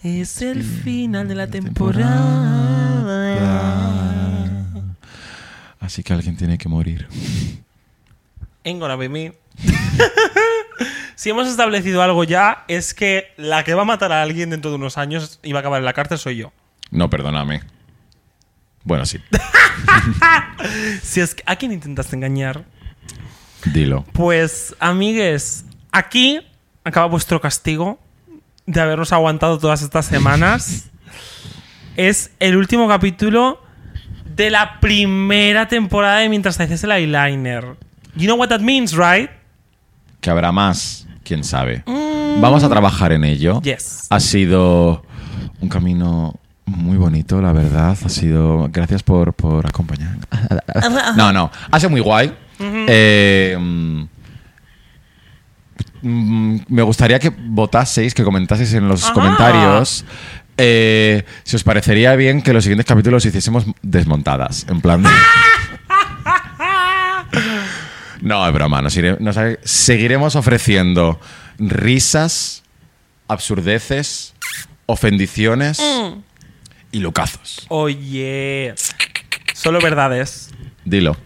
S1: Es el final de la temporada.
S2: temporada. Ah. Así que alguien tiene que morir.
S1: En gonna be me. [laughs] si hemos establecido algo ya, es que la que va a matar a alguien dentro de unos años y va a acabar en la cárcel soy yo.
S2: No, perdóname. Bueno, sí.
S1: Si es que a quien intentas engañar,
S2: Dilo.
S1: pues amigues, aquí acaba vuestro castigo de habernos aguantado todas estas semanas. es el último capítulo de la primera temporada de Mientras te hacías el eyeliner. You know what that means, right?
S2: Que habrá más, quién sabe. Vamos a trabajar en ello.
S1: Mm. Yes.
S2: Ha sido un camino muy bonito, la verdad. Ha sido. Gracias por, por acompañar. No, no. Ha sido muy guay. Eh, mm, mm, me gustaría que votaseis, que comentaseis en los
S1: Ajá.
S2: comentarios. eh, si os parecería bien que los siguientes capítulos hiciésemos desmontadas. En plan. de-
S1: ¡Ah!
S2: No, es broma. Nos, ire- nos ha- seguiremos ofreciendo risas, absurdeces, ofendiciones y lucazos.
S1: Oye. Solo verdades.
S2: Dilo.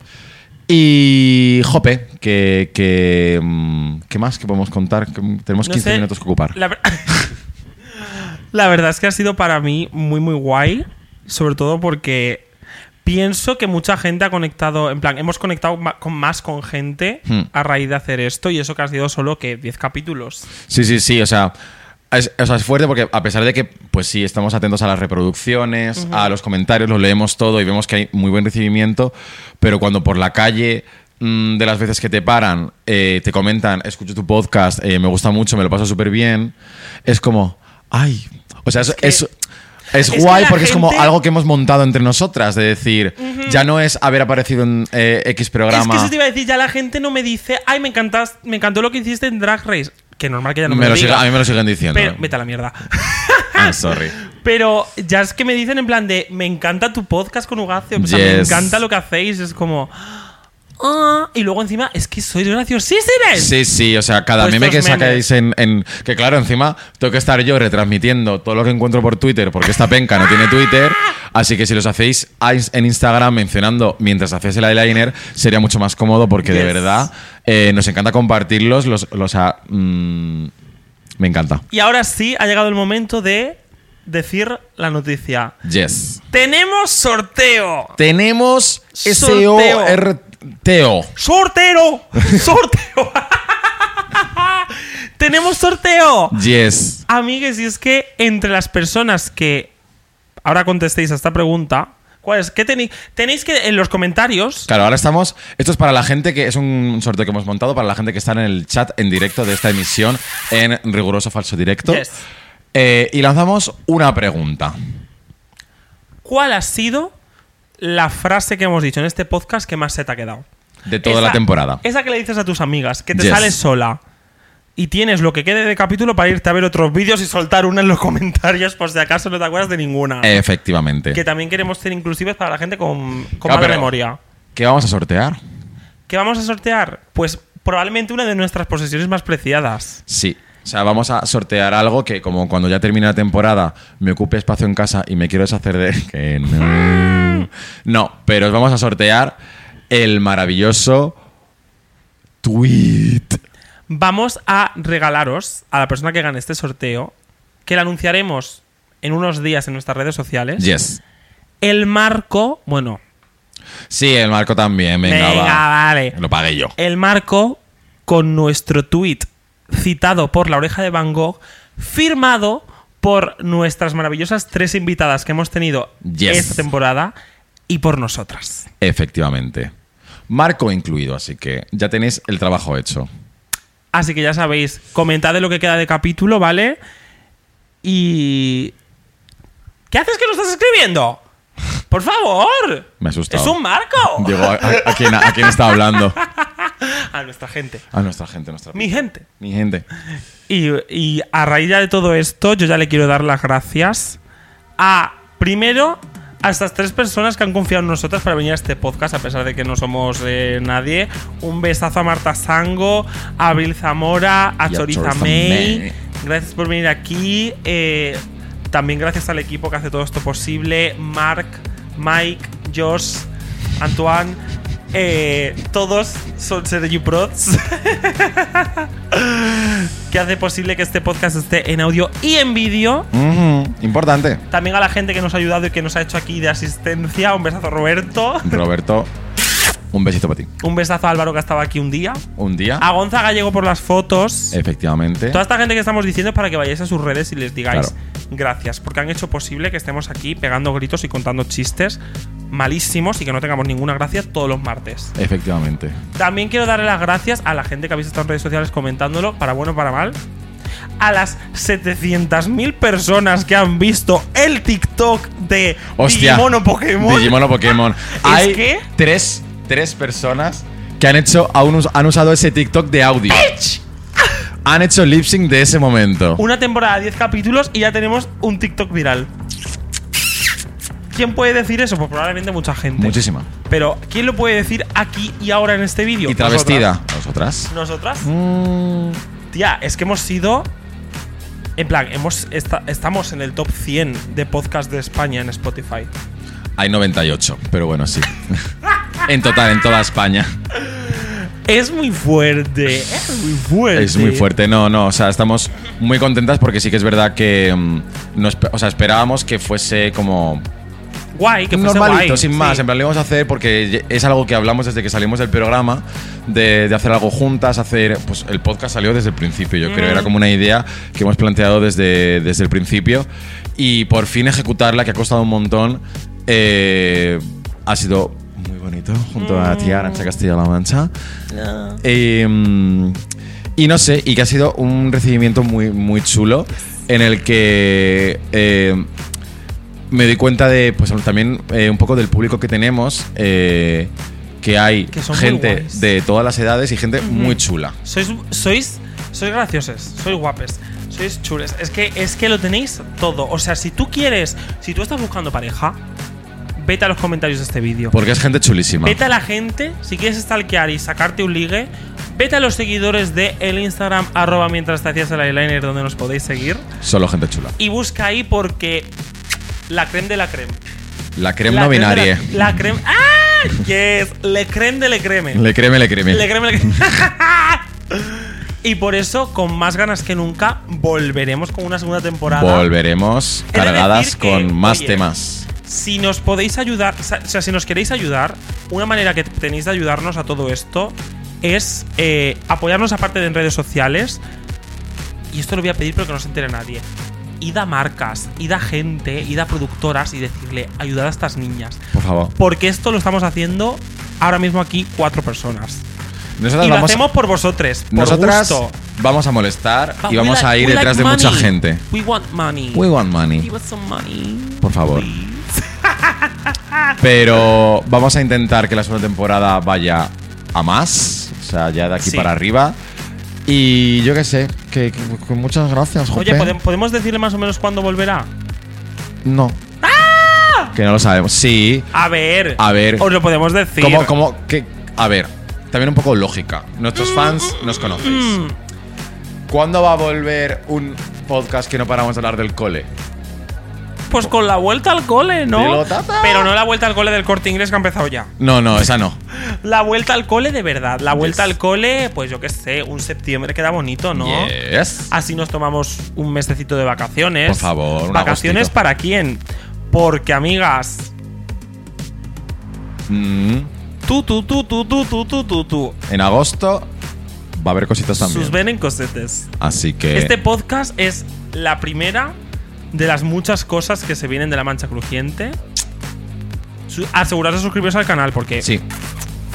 S2: Y jope, que, que, mm, ¿qué más que podemos contar? Que, mm, Tenemos
S1: No
S2: 15
S1: sé,
S2: minutos que ocupar.
S1: La, ver- [laughs] La verdad es que ha sido para mí muy, muy guay. Sobre todo porque pienso que mucha gente ha conectado. En plan, hemos conectado ma- con más con gente
S2: Hmm.
S1: a raíz de hacer esto. Y eso que ha sido solo que 10 capítulos.
S2: Sí, sí, sí, o sea, es, o sea, es fuerte porque a pesar de que, pues sí, estamos atentos a las reproducciones, a los comentarios, los leemos todo y vemos que hay muy buen recibimiento, pero cuando por la calle mm, de las veces que te paran, eh, te comentan, escucho tu podcast, eh, me gusta mucho, me lo paso súper bien, es como, ay, o sea, es...
S1: que-
S2: es- es
S1: es que
S2: guay
S1: la
S2: porque es como
S1: gente-
S2: algo que hemos montado entre nosotras, de decir, ya no es haber aparecido en eh, X programa.
S1: Es que eso te iba a decir. Ya la gente no me dice. Ay, me, encantas, me encantó lo que hiciste en Drag Race. Que normal que ya no me,
S2: Me
S1: lo
S2: lo sigue-
S1: diga,
S2: a mí me lo siguen diciendo.
S1: Pero, vete a la mierda. [laughs]
S2: Ah, sorry.
S1: Pero ya es que me dicen en plan de me encanta tu podcast con Ugacio, o sea, me
S2: Yes.
S1: encanta lo que hacéis, es como "Ah", y luego encima es que sois graciosísimos.
S2: Sí, sí, o sea, cada
S1: Pues
S2: meme que
S1: estos memes.
S2: sacáis en, en- Que claro, encima tengo que estar yo retransmitiendo todo lo que encuentro por Twitter porque esta penca no tiene Twitter. Así que si los hacéis a- en Instagram mencionando mientras hacéis el eyeliner, sería mucho más cómodo porque de
S1: Yes.
S2: verdad eh, nos encanta compartirlos. Los, los a- mm, me encanta.
S1: Y ahora sí ha llegado el momento de decir la noticia.
S2: Yes.
S1: Tenemos sorteo.
S2: Tenemos
S1: Sorteo.
S2: SORTEO.
S1: Sorteo.
S2: [laughs]
S1: Sorteo. [laughs] Tenemos sorteo.
S2: Yes.
S1: Amigues, y es que entre las personas que ahora contestéis a esta pregunta, ¿cuál es? ¿Qué tenéis? Tenéis que en los comentarios
S2: Claro, ahora estamos. Esto es para la gente que es un sorteo que hemos montado para la gente que está en el chat en directo de esta emisión en riguroso falso directo.
S1: Yes.
S2: Eh, y lanzamos una pregunta.
S1: ¿Cuál ha sido la frase que hemos dicho en este podcast que más se te ha quedado?
S2: De toda
S1: Esa-
S2: la temporada.
S1: Esa que le dices a tus amigas, que te
S2: Yes.
S1: sales sola y tienes lo que quede de capítulo para irte a ver otros vídeos y soltar una en los [laughs] comentarios por si acaso no te acuerdas de ninguna.
S2: Eh. Efectivamente.
S1: Que también queremos ser inclusivos para la gente con, con
S2: Claro,
S1: mala
S2: pero-
S1: memoria.
S2: ¿Qué vamos a sortear?
S1: ¿Qué vamos a sortear? Pues probablemente una de nuestras posesiones más preciadas.
S2: Sí. O sea, vamos a sortear algo que, como cuando ya termine la temporada, me ocupe espacio en casa y me quiero deshacer de. [laughs] Que no. No, pero vamos a sortear el maravilloso tweet.
S1: Vamos a regalaros a la persona que gane este sorteo, que la anunciaremos en unos días en nuestras redes sociales.
S2: Yes.
S1: El marco, bueno,
S2: Sí, el marco también, venga,
S1: Venga,
S2: va.
S1: vale.
S2: Lo pagué yo.
S1: el marco con nuestro tweet citado por la oreja de Van Gogh, firmado por nuestras maravillosas tres invitadas que hemos tenido
S2: Yes.
S1: esta temporada y por nosotras.
S2: Efectivamente. Marco incluido, así que ya tenéis el trabajo hecho.
S1: Así que ya sabéis, comentad de lo que queda de capítulo, ¿vale? Y... ¿Qué haces que lo estás escribiendo? Por favor.
S2: Me he asustado.
S1: Es un marco.
S2: Digo, ¿a, a- a quién, a quién está hablando?
S1: A nuestra gente.
S2: A nuestra gente, nuestra
S1: Mi gente.
S2: Mi gente.
S1: Y, y a raíz ya de todo esto, yo ya le quiero dar las gracias a, primero, a estas tres personas que han confiado en nosotras para venir a este podcast, a pesar de que no somos eh, nadie. Un besazo a Marta Sango, a Abril Zamora, a
S2: Y a
S1: Choriza
S2: Choriza
S1: May.
S2: May.
S1: Gracias por venir aquí. eh, también gracias al equipo que hace todo esto posible. Mark, Mike, Josh, Antoine. eh, todos son Sergio [laughs] Prots. que hace posible que este podcast esté en audio y en vídeo.
S2: Ujú, Importante.
S1: También a la gente que nos ha ayudado y que nos ha hecho aquí de asistencia. Un besazo a Roberto.
S2: Roberto, un besito para ti.
S1: Un besazo a Álvaro que estaba aquí un día.
S2: Un día,
S1: A Gonza Gallego por las
S2: Eh,
S1: fotos.
S2: efectivamente.
S1: Toda esta gente que estamos diciendo es para que vayáis a sus redes y les digáis
S2: Claro.
S1: gracias, porque han hecho posible que estemos aquí pegando gritos y contando chistes malísimos y que no tengamos ninguna gracia todos los martes.
S2: Efectivamente.
S1: También quiero darle las gracias a la gente que habéis estado en redes sociales comentándolo, para bueno o para mal. A las 700.000 personas que han visto el TikTok de
S2: Hostia.
S1: Digimon o Pokémon.
S2: Digimon o Pokémon. Hay
S1: que-
S2: tres, tres personas que han hecho han us- han usado ese TikTok de audio. Han hecho lip sync de ese momento.
S1: Una temporada, 10 capítulos y ya tenemos un TikTok viral. ¿Quién puede decir eso? Pues probablemente mucha gente.
S2: Muchísima.
S1: Pero ¿quién lo puede decir aquí y ahora en este vídeo?
S2: Y travestida. ¿Nosotras?
S1: ¿Nosotras? ¿Nosotras?
S2: Mm,
S1: Tía, es que hemos sido. En plan, hemos esta- estamos en el top 100 de podcast de España en Spotify.
S2: hay 98, pero bueno, [laughs] sí. en total, en toda España.
S1: Es muy fuerte, es muy fuerte.
S2: Es muy fuerte, no, no, o sea, estamos muy contentas porque sí que es verdad que mm, no espe- o sea, esperábamos que fuese como
S1: Guay, que fuese
S2: normalito,
S1: guay,
S2: sin
S1: sí.
S2: más, en plan lo íbamos a hacer porque ye- es algo que hablamos desde que salimos del programa, de, de hacer algo juntas, hacer, pues el podcast salió desde el principio, yo
S1: Mm.
S2: creo, era como una idea que hemos planteado desde, desde el principio y por fin ejecutarla, que ha costado un montón, eh, ha sido muy bonito, junto
S1: Mm.
S2: a tía Arancha Castilla-La Mancha.
S1: Ah.
S2: Eh, y no sé, y que ha sido un recibimiento muy, muy chulo en el que eh, me doy cuenta de, pues también eh, un poco del público que tenemos, eh, que hay
S1: Que son muy
S2: gente
S1: guays.
S2: de todas las edades y gente muy chula.
S1: Sois, sois, sois graciosos, sois guapes, sois chules. Es que, es que lo tenéis todo. O sea, si tú quieres, si tú estás buscando pareja, vete a los comentarios de este vídeo.
S2: Porque es gente chulísima.
S1: Vete a la gente, si quieres stalkear y sacarte un ligue, vete a los seguidores de el Instagram arroba mientras te hacías el eyeliner donde nos podéis seguir
S2: Solo gente chula.
S1: y busca ahí porque la creme de la creme.
S2: La creme
S1: La
S2: no
S1: creme de
S2: binaria.
S1: La, la creme. ¡Ah! Yes, le creme de le creme.
S2: Le creme, le creme.
S1: Le creme, le creme. [laughs] y por eso, con más ganas que nunca, volveremos con una segunda temporada.
S2: Volveremos
S1: He de
S2: cargadas
S1: decir que,
S2: con más
S1: oye,
S2: temas.
S1: Si nos podéis ayudar, o sea, si nos queréis ayudar, una manera que tenéis de ayudarnos a todo esto es eh, apoyarnos aparte de en redes sociales. Y esto lo voy a pedir pero que no se entere nadie. Id a marcas, id a gente, id a productoras y decirle, ayudad a estas niñas.
S2: Por favor.
S1: Porque esto lo estamos haciendo ahora mismo aquí cuatro personas.
S2: Nosotras
S1: y lo
S2: vamos,
S1: hacemos por vosotros, por
S2: nosotras
S1: gusto.
S2: vamos a molestar
S1: But
S2: y
S1: we
S2: vamos
S1: like-
S2: a ir
S1: we
S2: detrás
S1: like
S2: de mucha
S1: money.
S2: gente.
S1: We want money.
S2: We want money.
S1: Give us some money.
S2: Por favor.
S1: please.
S2: Pero vamos a intentar que la segunda temporada vaya a más. O sea, ya de aquí
S1: Sí.
S2: para arriba. Y yo qué sé, que, que- que muchas gracias, Jope.
S1: Oye, ¿podem- ¿podemos decirle más o menos cuándo volverá?
S2: No.
S1: ¡Ah!
S2: Que no lo sabemos. Sí.
S1: A ver.
S2: A ver.
S1: Os lo podemos decir.
S2: Como, como, que, a ver, también un poco lógica. Nuestros fans nos conocéis.
S1: Mm,
S2: ¿Cuándo va a volver un podcast que no paramos de hablar del cole?
S1: Pues con la vuelta al cole, ¿no?
S2: Dilo, tata.
S1: Pero no la vuelta al cole del corte inglés que ha empezado ya.
S2: No, no, esa no.
S1: La vuelta al cole de verdad. La vuelta
S2: Yes.
S1: al cole, pues yo qué sé, un septiembre queda bonito, ¿no? Ah.
S2: Yes.
S1: Así nos tomamos un mesecito de vacaciones.
S2: Por favor, un
S1: ¿Vacaciones
S2: agustito.
S1: para quién? Porque, amigas,
S2: Mm,
S1: tú, tú, tú, tú, tú, tú, tú, tú, tú.
S2: en agosto va a haber cositas
S1: Sus
S2: también. Eh.
S1: ven en cosetes.
S2: Así que.
S1: Este podcast es la primera de las muchas cosas que se vienen de la mancha crujiente. Su- Aseguraros de suscribiros al canal porque
S2: Sí.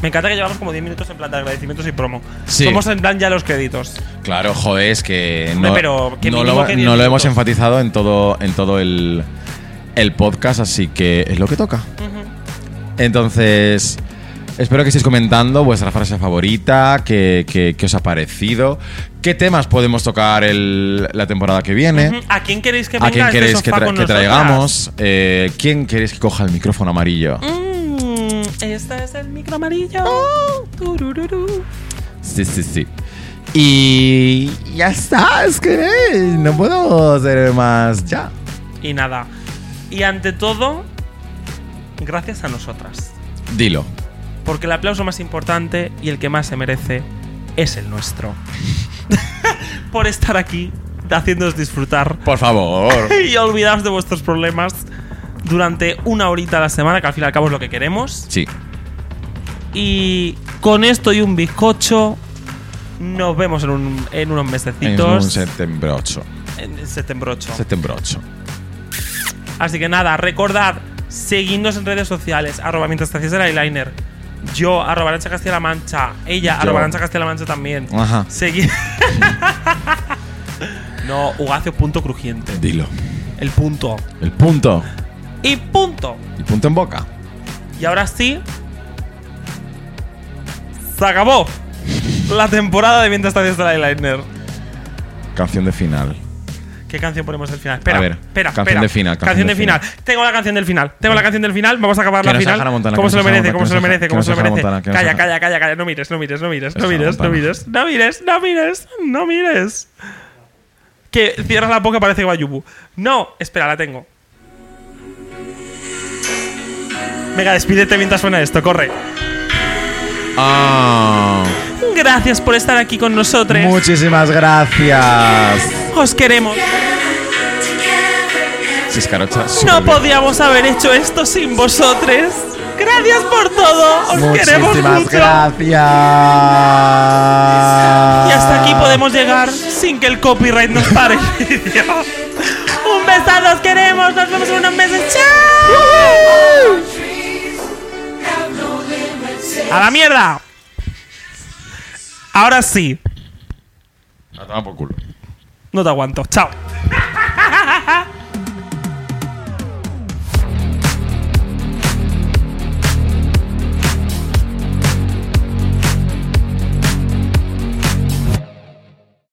S1: me encanta que llevamos como 10 minutos en plan de agradecimientos y promo.
S2: Sí.
S1: Somos en plan ya los créditos.
S2: Claro, joder, es que
S1: Hombre,
S2: no,
S1: pero que
S2: no
S1: mínimo
S2: lo,
S1: que diez
S2: no lo hemos
S1: minutos.
S2: enfatizado en todo, en todo el, el podcast, así que es lo que toca. Entonces, espero que estéis comentando vuestra frase favorita, qué, qué- qué os ha parecido, qué temas podemos tocar el- la temporada que viene,
S1: Ujú. ¿A quién queréis que venga
S2: a quién
S1: a este
S2: queréis que,
S1: sofá
S2: tra-
S1: con
S2: que
S1: nosotras?
S2: traigamos, eh, quién queréis que coja el micrófono amarillo.
S1: Mm, este es el micro amarillo. Turururú.
S2: Sí, sí, sí. Y ya está, es que eh, no puedo hacer más ya.
S1: Y nada. Y ante todo, gracias a nosotras.
S2: Dilo.
S1: Porque el aplauso más importante y el que más se merece es el nuestro. [laughs] Por estar aquí, haciéndoos disfrutar
S2: Por favor.
S1: y olvidaos de vuestros problemas durante una horita a la semana, que al fin y al cabo es lo que queremos.
S2: Sí.
S1: Y con esto y un bizcocho, nos vemos en, un- en unos
S2: En un
S1: mesecitos.
S2: septiembre 8.
S1: en septiembre 8.
S2: Septiembre 8.
S1: Así que nada, recordad, Seguidnos en redes sociales. Arroba mientras te hacías el eyeliner. Yo, arroba Arancha Castilla-La Mancha. Ella,
S2: Yo. Ah.
S1: arroba Arancha Castilla-La Mancha también.
S2: Ajá.
S1: Seguid. [laughs] no, Ugacio, punto crujiente.
S2: Dilo.
S1: El punto.
S2: El punto.
S1: Y punto.
S2: El punto en boca.
S1: Y ahora sí. Se acabó la temporada de Mientras te hacías el eyeliner.
S2: Canción de final.
S1: ¿Qué canción ponemos al final? Espera,
S2: A ver,
S1: espera,
S2: canción
S1: espera.
S2: de final,
S1: Canción, de final. Tengo la canción del final. Tengo la canción del final. Vamos a acabar
S2: Que
S1: la
S2: no sea
S1: final.
S2: Hannah Montana,
S1: ¿Cómo
S2: que
S1: se
S2: no
S1: lo
S2: sea
S1: merece?
S2: Hannah
S1: ¿Cómo se lo
S2: Montana,
S1: merece?
S2: que
S1: ¿Cómo
S2: no
S1: se
S2: sea
S1: lo merece?
S2: Hannah Montana, que no
S1: Calla,
S2: sea-
S1: calla, calla, calla. No mires, no mires, no mires,
S2: es
S1: no
S2: Hannah
S1: mires, no
S2: Montana.
S1: mires, no mires, no mires, no mires. Que cierras la boca parece Guayubu. No, espera, la tengo. Venga, despídete mientras suena esto, corre.
S2: Ah,
S1: Gracias por estar aquí con nosotros.
S2: muchísimas gracias.
S1: Os queremos.
S2: Ciscarocha.
S1: No
S2: superbién.
S1: podíamos haber hecho esto sin vosotros. Gracias por todo. Os queremos
S2: Muchísimas
S1: mucho.
S2: gracias. Y
S1: Y hasta
S2: hasta
S1: aquí podemos llegar sin que el copyright nos pare el vídeo. Un besazo, os queremos. Nos vemos en unos meses. ¡Chao! ¡A la mierda! Ahora sí.
S2: A tomar por culo.
S1: No te aguanto. ¡Chao!